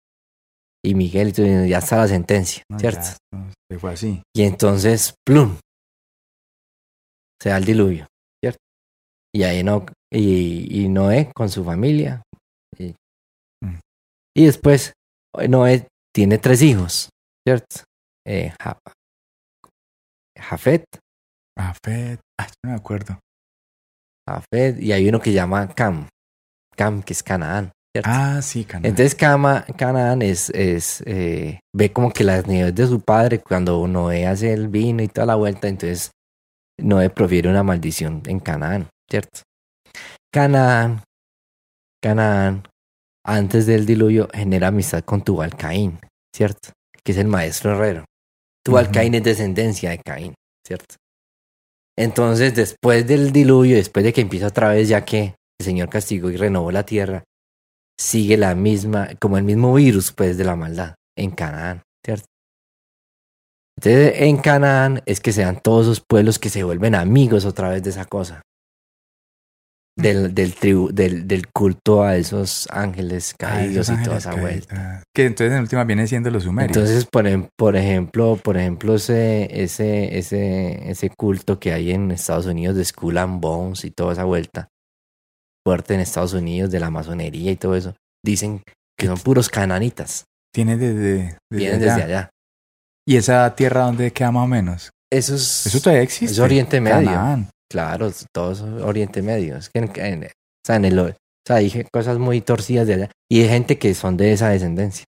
Y Miguel, y todo, y ya está la sentencia, No, ¿cierto? ya, no, se fue así. Y entonces, plum, se da el diluvio, ¿cierto? Y ahí no, y, y Noé con su familia. Y, Mm. y después, eh, Noé tiene tres hijos, ¿cierto? Eh, Ja- Jafet, Ah, Fed. Ah, yo no me acuerdo. Jafet, y hay uno que llama Cam, Cam, que es Canaán, ¿cierto? Ah, sí, canal. Entonces Cama, Canaán es, es eh, ve como que las nieves de su padre cuando Noé hace el vino y toda la vuelta, entonces Noé profiere una maldición en Canaán, ¿cierto? Canaán, Canaán, antes del diluvio genera amistad con Tubal Caín, ¿cierto? Que es el maestro herrero. Tubal Ujú. Caín es descendencia de Caín, ¿cierto? Entonces, después del diluvio, después de que empieza otra vez, ya que el Señor castigó y renovó la tierra, sigue la misma, como el mismo virus, pues, de la maldad en Canaán, ¿cierto? Entonces, en Canaán es que se dan todos esos pueblos que se vuelven amigos otra vez de esa cosa. Del, del, tribu, del, del culto a esos ángeles Ah, caídos esos y toda ángeles esa caídos. vuelta. Que entonces en última viene siendo los sumerios. Entonces, por, em- por ejemplo, por ejemplo, ese, ese, ese, ese culto que hay en Estados Unidos de Skull and Bones y toda esa vuelta, fuerte en Estados Unidos de la masonería y todo eso, dicen que son puros cananitas, Tiene desde, desde vienen allá. desde allá. ¿Y esa tierra dónde queda más o menos? Eso es, Eso todavía existe. es Oriente Medio, Canaán. claro, todo eso es Oriente Medio. Es que en, en- o sea, en el, o sea, dije cosas muy torcidas de allá y hay gente que son de esa descendencia.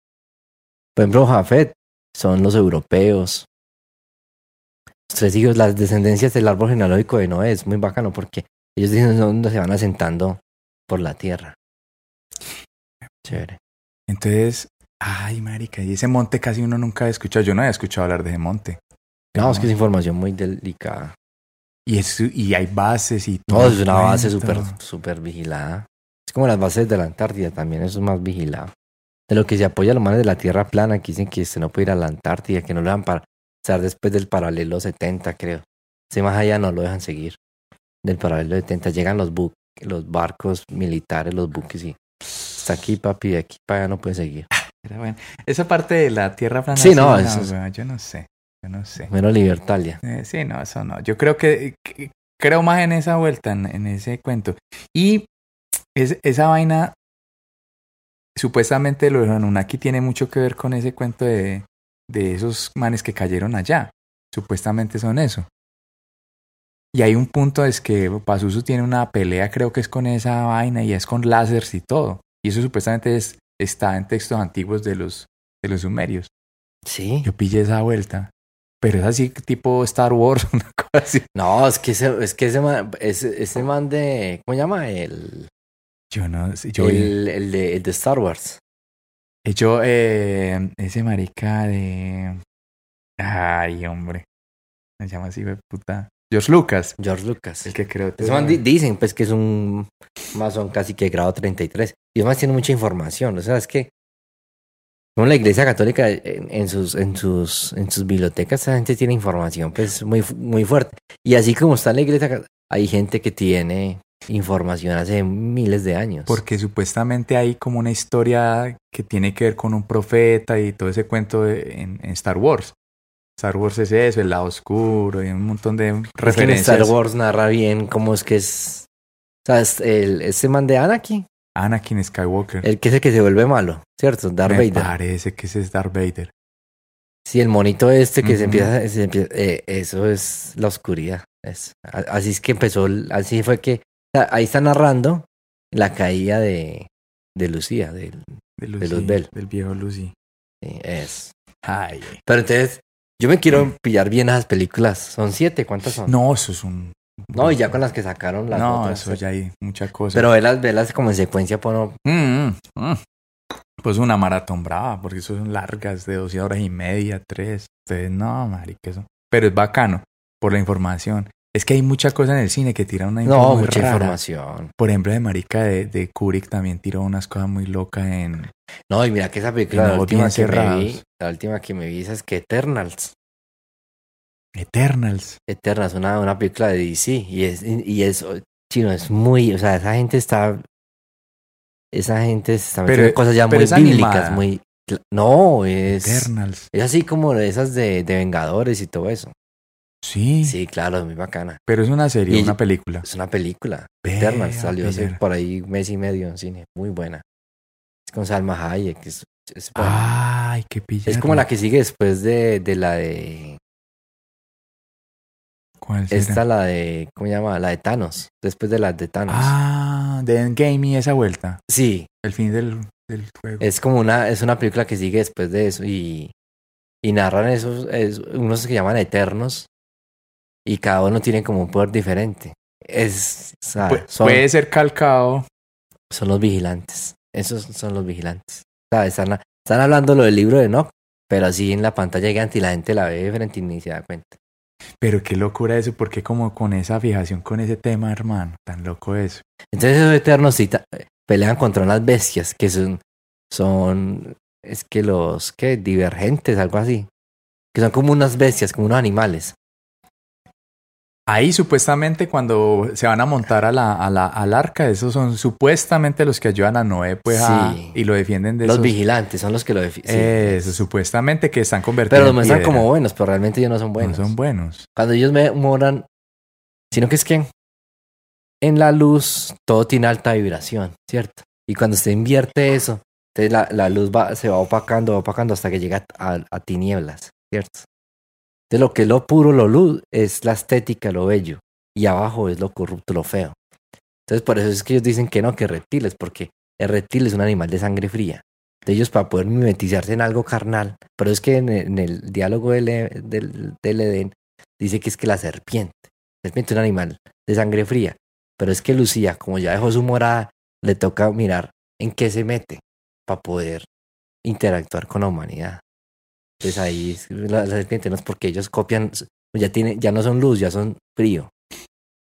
Por ejemplo, Jafet son los europeos. Los tres hijos, las descendencias del árbol genealógico de Noé es muy bacano porque ellos dicen dónde se van asentando por la tierra. Chévere. Entonces, ay, marica, y ese monte casi uno nunca ha escuchado. Yo no había escuchado hablar de ese monte. No, es que es información muy delicada. Y, es, y hay bases y todo. No, es una el base súper cuento. super vigilada. Es como las bases de la Antártida también, eso es más vigilado. De lo que se apoya a los manes de la Tierra plana, que dicen que se no puede ir a la Antártida, que no lo van para pasar después del paralelo 70, creo. Si más allá no lo dejan seguir. Del paralelo 70 llegan los bu los barcos militares, los buques y está aquí, papi, de aquí para allá no puede seguir. Era bueno. Esa parte de la tierra plana. Sí, no, eso es- weón, Yo no sé. Yo no sé. Menos Libertalia. Eh, sí, no, eso no. Yo creo que, que- creo más en esa vuelta, en, en ese cuento. Y es- esa vaina, supuestamente lo de Anunnaki tiene mucho que ver con ese cuento de, de esos manes que cayeron allá. Supuestamente son eso. Y hay un punto es que Pazuzu tiene una pelea, creo que es con esa vaina y es con lásers y todo. Y eso supuestamente es, está en textos antiguos de los, de los sumerios. Sí. Yo pillé esa vuelta. Pero es así tipo Star Wars, una cosa así. No, es que ese, es que ese man, ese, ese man de, ¿cómo se llama? El, Yo no sé. Yo, el, el de, el de Star Wars. yo, eh, ese marica de. Ay, hombre. Se llama así, de puta. George Lucas. George Lucas. El que creo que. Ese man di- dicen pues que es un masón casi que grado 33. Y además tiene mucha información. O sea, es que como la iglesia católica en, en sus, en, sus, en sus bibliotecas, esa gente tiene información pues muy, fu- muy fuerte. Y así como está la iglesia, ca- hay gente que tiene información hace miles de años. Porque supuestamente hay como una historia que tiene que ver con un profeta y todo ese cuento de- en, en Star Wars. Star Wars es eso, el lado oscuro y un montón de Es que en referencias. Star Wars narra bien cómo es que es. O sea, es el, ese man de Anakin, Anakin Skywalker. el que es el que se vuelve malo, ¿cierto? Darth Me Vader. parece que ese es Darth Vader. Sí, el monito este que se Ujú. empieza, se empieza- eh, eso es la oscuridad. es- a- así es que empezó, el- así fue que o sea, ahí está narrando la caída de, de Lucía, de, De Luzbel. Del viejo Lucy. de- es. Ay. Pero entonces, yo me quiero pillar bien esas películas. Son siete, ¿cuántas son? No, eso es un... No, y ya con las que sacaron las No, otras. eso ya hay mucha cosa. Pero velas, velas como en secuencia por Mm, mm, mm. Pues una maratón brava, porque eso son largas, de 12 horas y media, 3. Entonces, no, marica, eso. Pero es bacano, por la información. Es que hay mucha cosa en el cine que tira una No, información. mucha información. Por ejemplo, de marica de, de Kubrick también tiró unas cosas muy locas en... No, y mira que esa película, Y la no, última bien que me vi, cerrados. la última que me vi esa es que Eternals. Eternals. Eternals, eh, una, una película de DC. Y es, y es, oh, chino, es muy, o sea, esa gente está, esa gente se está Pero- metiendo en cosas ya pero muy es bíblicas, animada. muy, no, es, Eternals. es así como de esas de, de Vengadores y todo eso. Sí, Sí, claro, es muy bacana. pero es una serie, Y- una película. Es una película. Eternals Vea, salió hace ver. por ahí un mes y medio en cine, muy buena. Es con Salma Hayek, es, es buena. Ah, Ay, qué pilla. Es como la que sigue después de, de la de. ¿Cuál será? Esta, la de. ¿Cómo se llama? La de Thanos. Después de la de Thanos. Ah, de Endgame y esa vuelta. Sí, El fin del, del juego. es como una. Es una película que sigue después de eso. Y, y narran esos. es- unos que llaman Eternos. Y cada uno tiene como un poder diferente. Es. o sea, Pu- son, Puede ser calcado. son los vigilantes. Esos son los vigilantes. O sea, Están, están hablando lo del libro de Nock. Pero así en la pantalla gigante y la gente la ve de frente y ni se da cuenta. Pero qué locura eso, porque como con esa fijación con ese tema, hermano, tan loco eso. Entonces esos eternos sí ta- pelean contra unas bestias que son, son es que los que divergentes, algo así. Que son como unas bestias, como unos animales. Ahí supuestamente cuando se van a montar a la, a la, al arca, esos son supuestamente los que ayudan a Noé, pues, a- Sí. y lo defienden de los esos. vigilantes son los que lo defienden. Eso, supuestamente que están convertidos. pero los en muestran piedra. como buenos, pero realmente ellos no son No buenos. son buenos. Cuando ellos me moran, sino que es que en la luz todo tiene alta vibración, ¿cierto? Y cuando se invierte eso, entonces la, la luz va, se va opacando, va opacando hasta que llega a, a tinieblas, ¿cierto? De lo que es lo puro, lo luz, es la estética, lo bello. Y abajo es lo corrupto, lo feo. Entonces por eso es que ellos dicen que no, que reptiles, porque el reptil es un animal de sangre fría. De ellos para poder mimetizarse en algo carnal. Pero es que en el, en el diálogo del, E- del, del Edén dice que es que la serpiente, la serpiente es un animal de sangre fría. Pero es que Lucía, como ya dejó su morada, le toca mirar en qué se mete para poder interactuar con la humanidad. Entonces ahí es- la, la serpiente no es porque ellos copian, ya, tiene, ya no son luz, ya son frío.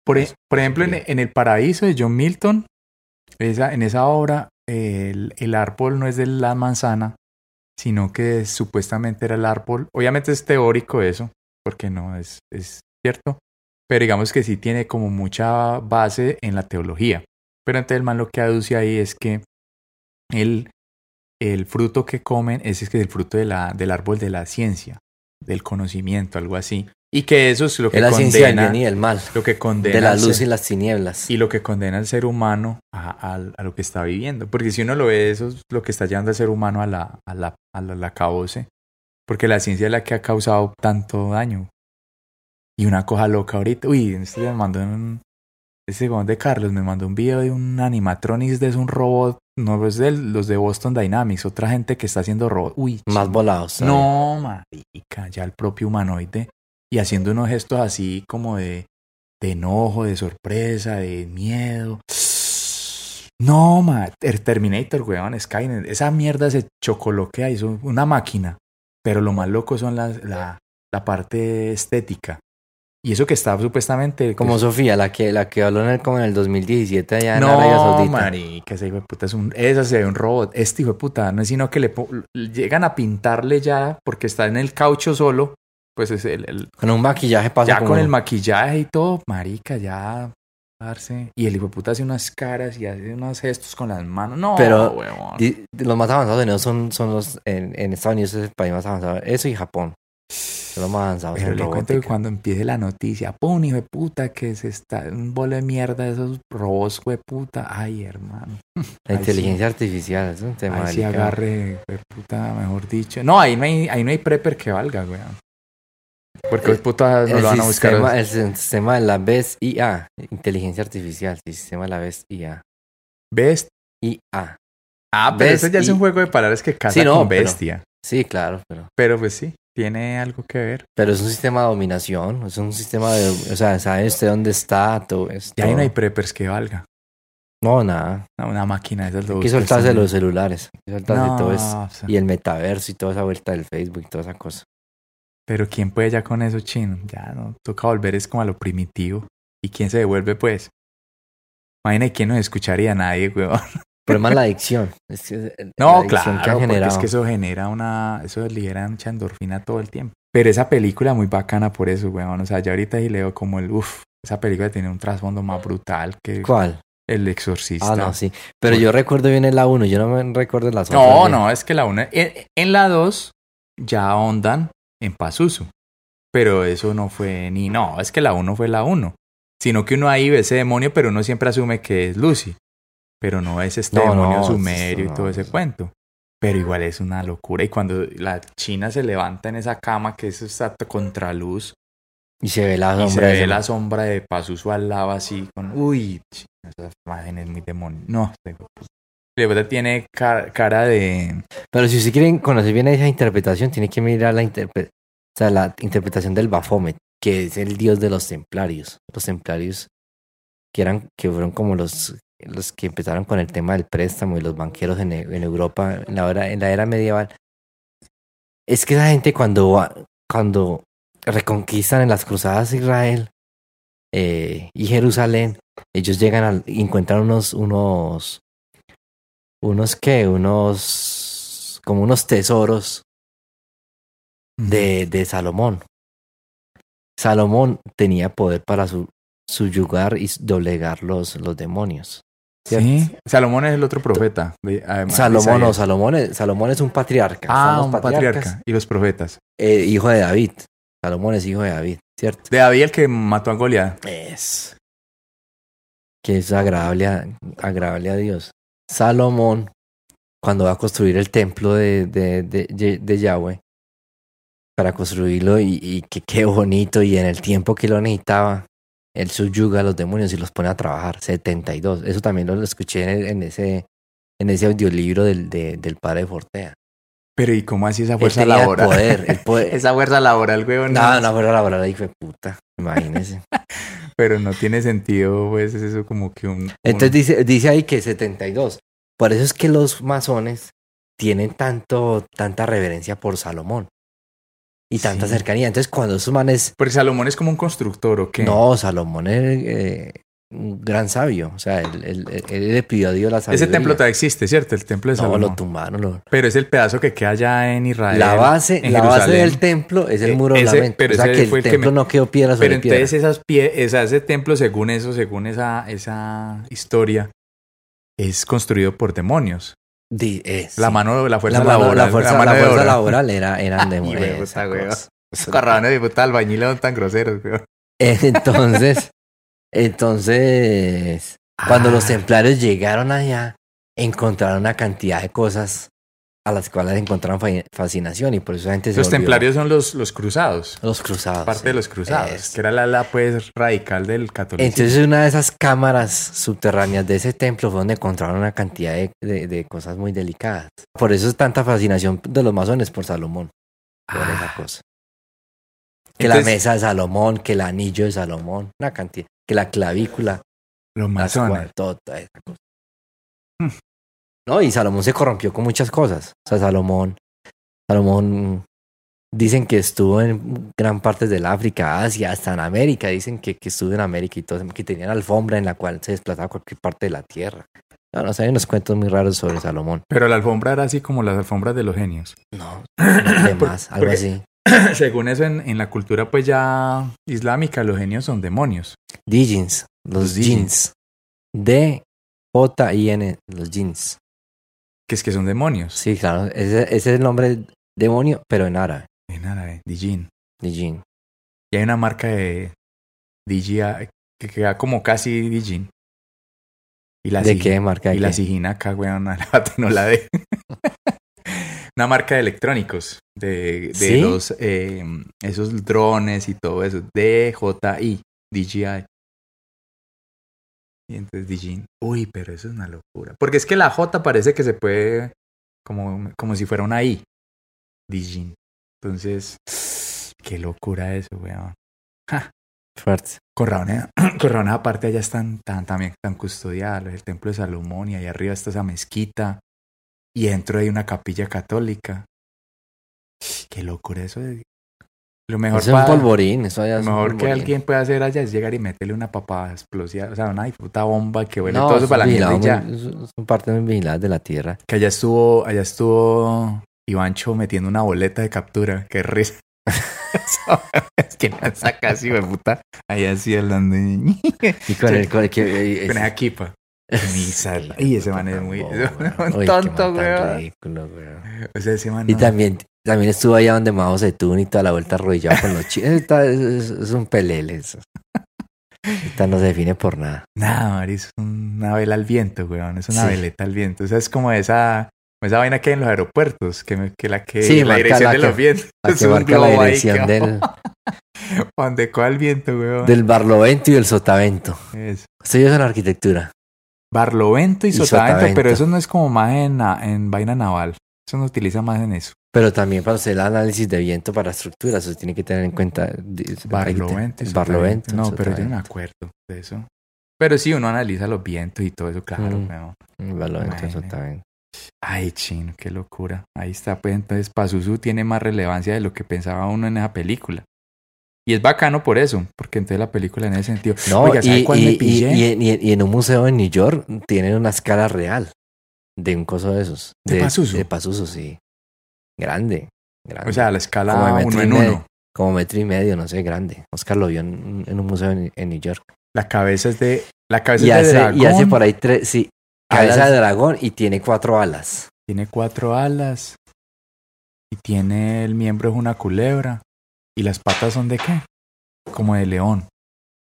Por, e- Eso, por ejemplo, en, bien. en El Paraíso de John Milton, esa, en esa obra, el, el árbol no es de la manzana, sino que supuestamente era el árbol. Obviamente es teórico eso, porque no es, es cierto, pero digamos que sí tiene como mucha base en la teología. Pero entonces el man lo que aduce ahí es que el, el fruto que comen ese es que el fruto de la, del árbol de la ciencia, del conocimiento, algo así. Y que eso es lo que Es la ciencia del condena bien y del mal, lo que condena de la al luz y ser- las tinieblas. y lo que condena al ser humano a, a- a lo que está viviendo. Porque si uno lo ve, eso es lo que está llevando al ser humano a la, a la, a la, acabose. Porque la ciencia es la que ha causado tanto daño. Y una cosa loca ahorita. Uy, este me mandó un. Este weón de Carlos me mandó un video de un animatronics de es un robot. No es de los de Boston Dynamics, otra gente que está haciendo robot. Uy, Más volados. ¿sabes? no, marica, ya el propio humanoide. Y haciendo unos gestos así como de, de enojo, de sorpresa, de miedo. No, ma, el Terminator, weón, Skynet. Esa mierda se chocoloquea y es una máquina. Pero lo más loco son las, la, la parte estética. Y eso que está supuestamente... Como pues, Sofía, la que, la que habló en el, como en el 2017 allá en Arabia no, Saudita. marica, ese hijo de puta es un... Esa se ve un robot. Este hijo de puta no es sino que le po- llegan a pintarle ya porque está en el caucho solo. Pues es el, el- Con un maquillaje pasa ya como- con el maquillaje y todo, marica, ya... parce. Y el hijo de puta hace unas caras y hace unos gestos con las manos. No, Pero- huevón. Di- Los más avanzados de nuevo son, son los... En, en Estados Unidos es el país más avanzado. Eso y Japón. son los más avanzados Pero en le cuento que robótica. cuando empiece la noticia, pum, hijo de puta, que se está un bolo de mierda de esos robots, hijo de puta. Ay, hermano. La Ahí sí. inteligencia artificial es un tema Ahí sí delicado. agarre, hijo de puta, mejor dicho. No, ahí no hay, ahí no hay prepper que valga, weón. Porque los putas pues, no Eh, El lo van a buscar. sistema, el sistema de la BES IA, inteligencia artificial, el sistema de la BES IA. Best. IA. Ah, pero Best eso ya es un y- juego de palabras que casa Sí, no, con pero- bestia. Sí, claro, pero, Pero... pues sí, tiene algo que ver. pero es un sistema de dominación, es un sistema de, o sea, sabe usted dónde está, todo esto. Y ahí no hay preppers que valga. No, nada. No, una máquina de esas lo Hay que busca soltarse este- los celulares, hay que soltarse No, todo eso. o sea, Y el metaverso y toda esa vuelta del Facebook y toda esa cosa. Pero ¿quién puede ya con eso, chino? Ya no, toca volver es como a lo primitivo. ¿Y quién se devuelve, pues? Imagina quién nos escucharía, nadie, weón. El problema es la adicción. Es que, eh, la No, adicción claro, que ha porque generado. es que eso genera una... Eso libera mucha endorfina todo el tiempo. Pero esa película muy bacana por eso, weón. O sea, ya ahorita y leo como el... Uf, esa película tiene un trasfondo más brutal que ¿Cuál? El Exorcista. Ah, no, sí. Pero yo recuerdo bien el la 1, yo no me recuerdo las otras. No, bien. no, es que la una En, en la 2 ya ahondan en Pazuzu. Pero eso no fue ni no, es que la 1 fue la 1. Sino que uno ahí ve ese demonio, pero uno siempre asume que es Lucy. Pero no es este No, demonio no, sumerio no, y todo ese no. cuento. Pero igual es una locura. Y cuando la china se levanta en esa cama, que es esa contraluz, Y se ve la y se sombra. de ve ese- la sombra de Pazuzu al lado así con uy china, esa imagen es muy demonio. No, este hijo de puta. De verdad tiene ca- cara de Pero si ustedes quieren conocer bien esa interpretación, tienen que mirar la, interpre- o sea, la interpretación del Baphomet, que es el dios de los templarios. Los templarios que, eran, que fueron como los, los que empezaron con el tema del préstamo y los banqueros en, e- en Europa en la, era, en la era medieval. Es que esa gente cuando, va- cuando reconquistan en las cruzadas Israel eh, y Jerusalén, ellos llegan al- y encuentran unos, unos unos que unos como unos tesoros de, de Salomón. Salomón tenía poder para su, subyugar y doblegar los, los demonios. ¿cierto? Sí. Salomón es el otro profeta. de- además, Salomón no, Isaías. Salomón es, Salomón es un patriarca. Ah, son los un patriarcas. patriarca. Y los profetas. Eh, hijo de David. Salomón es hijo de David, ¿cierto? De David el que mató a Goliat. Es. Que es agradable a, agradable a Dios. Salomón, cuando va a construir el templo de, de, de, de- de Yahweh, para construirlo y, y que quede bonito, y en el tiempo que lo necesitaba, él subyuga a los demonios y los pone a trabajar. 72. Eso también lo, lo escuché en, el- en ese en ese audiolibro del, de- del padre Fortea. Pero ¿y cómo así esa Él fuerza tenía el laboral? poder, el poder. Esa fuerza laboral, weón. No, no, pero la verdad, hijo de puta. Imagínese. Pero no tiene sentido, pues. Es eso como que un. un- Entonces dice, dice ahí que 72. Por eso es que los masones tienen tanto, tanta reverencia por Salomón y tanta Sí. cercanía. Entonces, cuando esos manes. Porque Salomón es como un constructor, ¿o qué? No, Salomón es eh, un gran sabio. O sea, él, él- él- él le pidió a Dios la sabiduría. Ese templo todavía existe, ¿cierto? El templo de No, Salomón. lo tumbaron. lo- pero es el pedazo que queda allá en Israel. la base, en la base Jerusalén. del templo es el Eh, muro de ese- lamento. pero o sea ese que el fue el que templo me- no quedó piedra sobre Pero piedra. entonces esas pie esa- ese templo, según eso, según esa, esa historia, es construido por demonios. Di- es- La sí. mano, la fuerza La mano- laboral. la fuerza, mano la de fuerza obra. laboral era, eran de huevo, mujeres. está huevo. Carrabanes de puta albañil son pues, tan groseros, weón. Entonces, entonces, cuando Ah, los templarios llegaron allá, encontraron una cantidad de cosas a las cuales encontraron fa- fascinación y por eso la gente se Los volvió templarios son los, los cruzados. los cruzados. Parte de sí. los cruzados. Es- Que era la ala, pues, radical del catolicismo. Entonces una de esas cámaras subterráneas de ese templo fue donde encontraron una cantidad de, de- de cosas muy delicadas. Por eso es tanta fascinación de los masones por Salomón, por esa Ah, cosa. Que la entonces, mesa de Salomón, que el anillo de Salomón, una cantidad, que la clavícula, Los las masones. cua- todo- toda esa cosa. Hmm. Mm. No, y Salomón se corrompió con muchas cosas. O sea, Salomón, Salomón mm, dicen que estuvo en gran parte del África, Asia, hasta en América. Dicen que, que estuvo en América y todo, que tenían alfombra en la cual se desplazaba a cualquier parte de la tierra. No, no, o sea, hay unos cuentos muy raros sobre Salomón. Pero la alfombra era así como las alfombras de los genios. No, de más, algo porque- así. Según eso, en, en la cultura, pues, ya islámica, los genios son demonios. Dijins, los Los Dijins. jeans. D-J-I-N, los jeans. Que es que son demonios. Sí, claro, ese, ese es el nombre demonio, pero en árabe. En árabe, Dijin. de Jin. Y hay una marca de DJI que queda como casi Dijin. Y la ¿De sig- qué marca? de Y la qué? sigina acá, weón, a la bata no la de. una marca de electrónicos. De, de ¿Sí? los eh, esos drones y todo eso. DJI. DJI. Y entonces DJI. Uy, pero eso es una locura. Porque es que la J parece que se puede. como, como si fuera una I. DJI. Entonces. Qué locura eso, weón. Fuerte. Corraona, Corraona aparte allá están tan, también tan custodiadas, el templo de Salomón y allá arriba está esa mezquita y dentro hay una capilla católica. Qué locura eso. de- Lo mejor, Eso es un pa- polvorín, eso ya lo es un mejor que polvorín. alguien puede hacer allá es llegar y meterle una papada explosiva, o sea, una puta bomba que huele No, todo eso para la mierda vigilado y ya. muy- eso- Son parte muy vigiladas de la tierra. Que allá estuvo, allá estuvo Ivancho metiendo una boleta de captura. Qué risa. es que la saca así, de puta. Allá así hablando. y- Y con Sí. el, con el que. Con esa kipa. Misa. Y ese man es muy un tonto, weón. güey. O sea, ese man. Y Pues no. también, también estuvo allá donde Mao Zedong y toda la vuelta arrodillado con los chinos. Está- Es, es- es un pelele eso. Esta no se define por nada. Nah, Mari, es una vela al viento, weón. Es una Sí. veleta al viento. O sea, es como esa, como esa vaina que hay en los aeropuertos, que, me- que la que Sí, la marca dirección la de que- los vientos. La Es que un marca la globo ahí que- dirección del, Donde coja el viento, weón. del barlovento y del sotavento. Eso. Esto ya es una arquitectura. Barlovento y, Y sotavento, sotavento. pero eso no es como más en, na- en vaina naval. Eso no utiliza más en eso. Pero también para hacer el análisis de viento para estructuras, eso tiene que tener en cuenta. de- Barlovento y sotavento. el barlovento, el No, pero yo no sotavento. me acuerdo de eso. Pero sí, uno analiza los vientos y todo eso, claro, Mm. weón. El barlovento, el Imagínate. sotavento. Ay, chino, qué locura. Ahí está, pues entonces Pazuzu tiene más relevancia de lo que pensaba uno en esa película. Y es bacano por eso, porque entonces la película en ese sentido. No, Oiga, ¿sabe y, cuál me y- y- pillé? y en- y en- y en un museo en New York tienen una escala real de un coso de esos. ¿De Pazuzu? De Pazuzu, sí. Grande. grande. O sea, la escala Como de metro uno y en medio. uno. Como metro y medio, no sé, grande. Oscar lo vio en, en un museo en, en New York. La cabeza es de. La cabeza Y es de hace, dragón. y hace por ahí tres, sí. Cabeza alas- de dragón y tiene cuatro alas. Tiene cuatro alas. Y tiene el miembro es una culebra. ¿Y las patas son de qué? Como de león.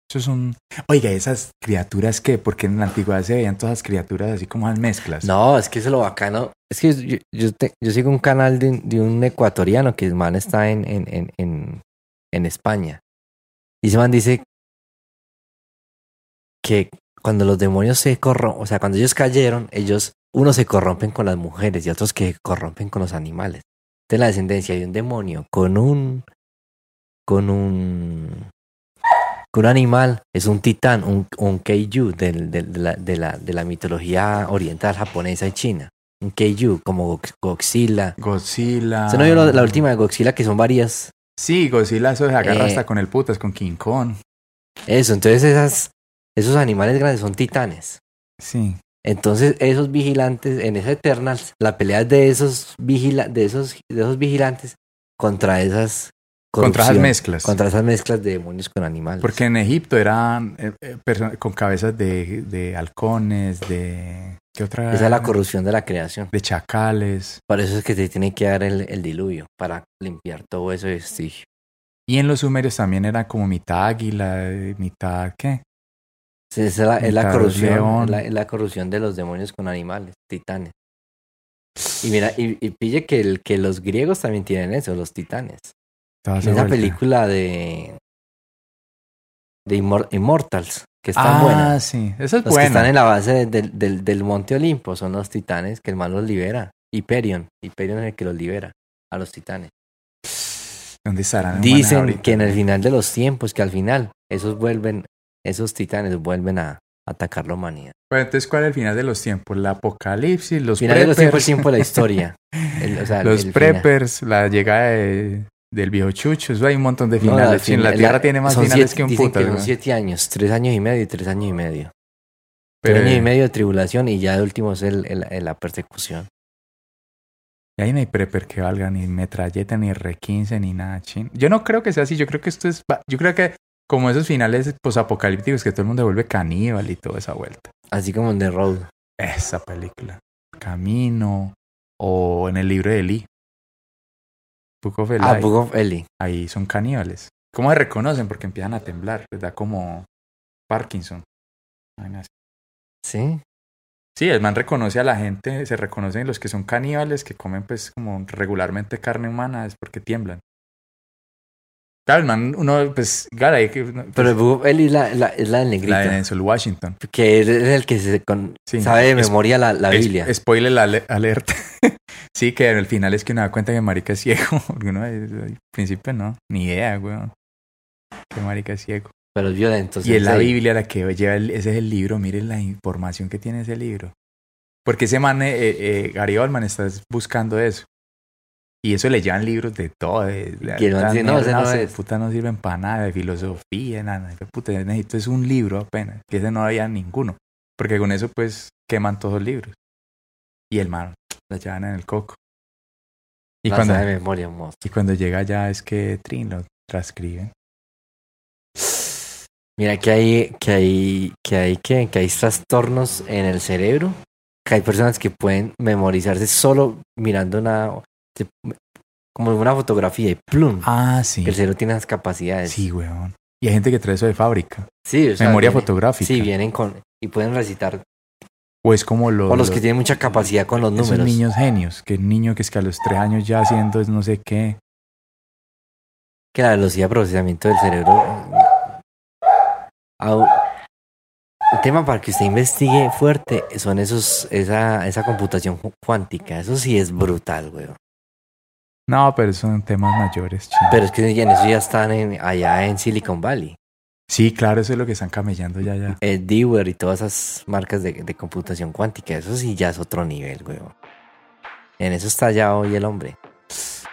Eso es un. Oiga, ¿esas criaturas qué? Porque en la antigüedad se veían todas las criaturas así como las mezclas. No, es que eso es lo bacano. Es que yo, yo, te- yo sigo un canal de, un- de un ecuatoriano que el man está en, en, en, en, en España. Y ese man dice que cuando los demonios se corrompen, o sea, cuando ellos cayeron, ellos, unos se corrompen con las mujeres y otros que se corrompen con los animales. De la descendencia hay un demonio con un, con un, con un animal, es un titán, un, un keiju del- del- de, la, de, la, de la mitología oriental japonesa y china. Un keiju como Gox- Godzilla. Godzilla. ¿Usted no vio la, la última de Godzilla que son varias? Sí, Godzilla eso se agarra Eh. hasta con el putas, con King Kong. Eso, entonces esas, esos animales grandes son titanes. Sí. Entonces, esos vigilantes, en ese Eternals, la pelea es de esos, vigila de esos, de esos vigilantes contra esas Contra esas corrupción, mezclas. Contra esas mezclas de demonios con animales. Porque en Egipto eran eh, eh, perso- con cabezas de, de halcones, de. ¿Qué otra? Esa es la corrupción de la creación. De chacales. Por eso es que te tiene que dar el, el diluvio, para limpiar todo ese vestigio. Y en los sumerios también era como mitad águila, eh, mitad qué. Sí, esa es la, es la Mitad corrupción, león. es la, es la corrupción de los demonios con animales, titanes. Y mira, y, y pille que, el, que los griegos también tienen eso, los titanes. Toda En esa vuelta. película de. de Immor- Immortals, que es tan Ah, buena. sí. Esa es Los que buena. están en la base de- del, del- del Monte Olimpo son los titanes que el mal los libera. Hyperion. Hyperion es el que los libera a los titanes. ¿Dónde estarán? Dicen Ah, Ahorita. que en el final de los tiempos, que al final, esos vuelven, esos titanes vuelven a atacar la humanidad. Bueno, entonces, ¿cuál es el final de los tiempos? El apocalipsis, los Final de los tiempos, el preppers. tiempo de la historia. El- o sea, el- los el final. preppers, la llegada de- del viejo Chucho, eso hay un montón de No, finales. al chino. fin- la el- Tierra tiene más son finales siete- que un dicen puta. que son ¿no? siete años, tres años y medio y tres años y medio. Pero, eh. Un año y medio de tribulación y ya de último es el, el- el- la persecución. y ahí no hay prepper que valga ni metralleta, ni R15, ni nada, chin. Yo no creo que sea así. Yo creo que esto es. va- Yo creo que como esos finales posapocalípticos que todo el mundo vuelve caníbal y toda esa vuelta. Así como en The Road. Esa película. Camino. O en el libro de Lee. Book of Eli, Ah, Book of Eli. ahí son caníbales. ¿Cómo se reconocen? Porque empiezan a temblar, les da como Parkinson. Vaina así. Sí. Sí, el man reconoce a la gente, se reconocen los que son caníbales, que comen pues como regularmente carne humana, es porque tiemblan. Claro, el man, uno pues, claro, ahí que- pues, Pero el Book of Eli es la, la- es la del negrito. la de Denzel Washington. Que es el que se con- Sí. sabe de Es- memoria la, la Es- Biblia. spoiler ale- alert. sí, que al final es que uno da cuenta que marica es ciego. Porque uno es- al principio no, ni idea, weón. Que marica es ciego. pero Pues es violento. Y es la sensei. Biblia la que lleva, el- ese es el libro, miren la información que tiene ese libro. Porque ese man, eh, eh, eh, Gary Oldman, está buscando eso. Y eso le llevan libros de todo. De, de- Y el man puta dice, no, ese mierda, no ese es. Puta no sirven para nada, de filosofía, nada. ese Puta, yo necesito es un libro apenas. Que ese no había ninguno. Porque con eso, pues, queman todos los libros. Y el man, la llevan en el coco. Y, La cuando, sabe de memoria, mozo. y cuando llega ya es que Trin lo transcriben. Mira que hay, que hay, que hay, que, que hay trastornos en el cerebro, que hay personas que pueden memorizarse solo mirando una, se- como una fotografía y plum. Ah, sí. que El cerebro tiene esas capacidades. Sí, weón. Y hay gente que trae eso de fábrica. Sí, o sea, memoria viene- fotográfica. Sí, vienen con, y pueden recitar, O es como los, o los que tienen mucha capacidad con los esos números. niños genios, que el niño que es que a los tres años ya haciendo es no sé qué. Que la velocidad de procesamiento del cerebro. eh, Au- El tema para que usted investigue fuerte son esos, esa, esa computación cu- cuántica. Eso sí es brutal, güey. No, pero son temas mayores, chino. Pero es que ya en eso ya están en- allá en Silicon Valley. Sí, claro, eso es lo que están camellando ya, ya. Eh, Dewar y todas esas marcas de, de computación cuántica. Eso sí ya es otro nivel, güey. En eso está ya hoy el hombre.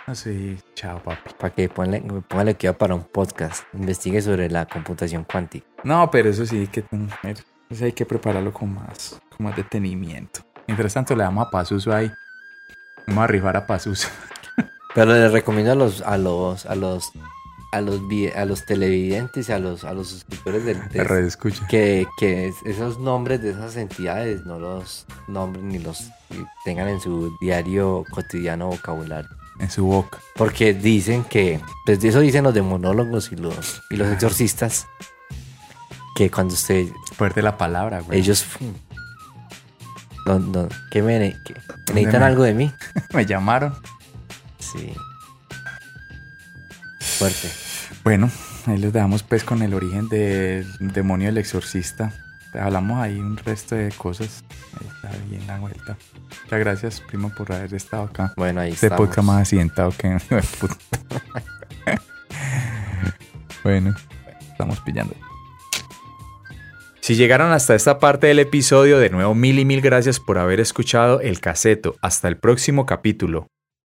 Ah, Sí, chao, papi. Para que ponle, póngale cuidado para un podcast. Investigue sobre la computación cuántica. No, pero eso sí hay que tener- eso hay que prepararlo con más, con más detenimiento. Mientras tanto, le damos a Pazuzu ahí. Vamos a rifar a Pazuzu. Pero les recomiendo a los, a los, a los, a los, vi- a los televidentes, y a los, a los suscriptores del La red escucha. que, que es- esos nombres de esas entidades no los nombren ni los tengan en su diario cotidiano vocabulario. En su boca. Porque dicen que, pues eso dicen los demonólogos y los, y los Ah. exorcistas, que cuando usted, Fuerte la palabra, güey. ellos, mm, no, no, que me, ne- que necesitan me- algo de mí. me llamaron. Sí. Fuerte. Bueno, ahí les dejamos pues con el origen del demonio del exorcista. Hablamos ahí un resto de cosas. Ahí está bien la vuelta. Muchas gracias, primo, por haber estado acá. Bueno, ahí Este está. podcast más accidentado que... Puta. bueno, estamos pillando. Si llegaron hasta esta parte del episodio, de nuevo mil y mil gracias por haber escuchado El Caseto. Hasta el próximo capítulo.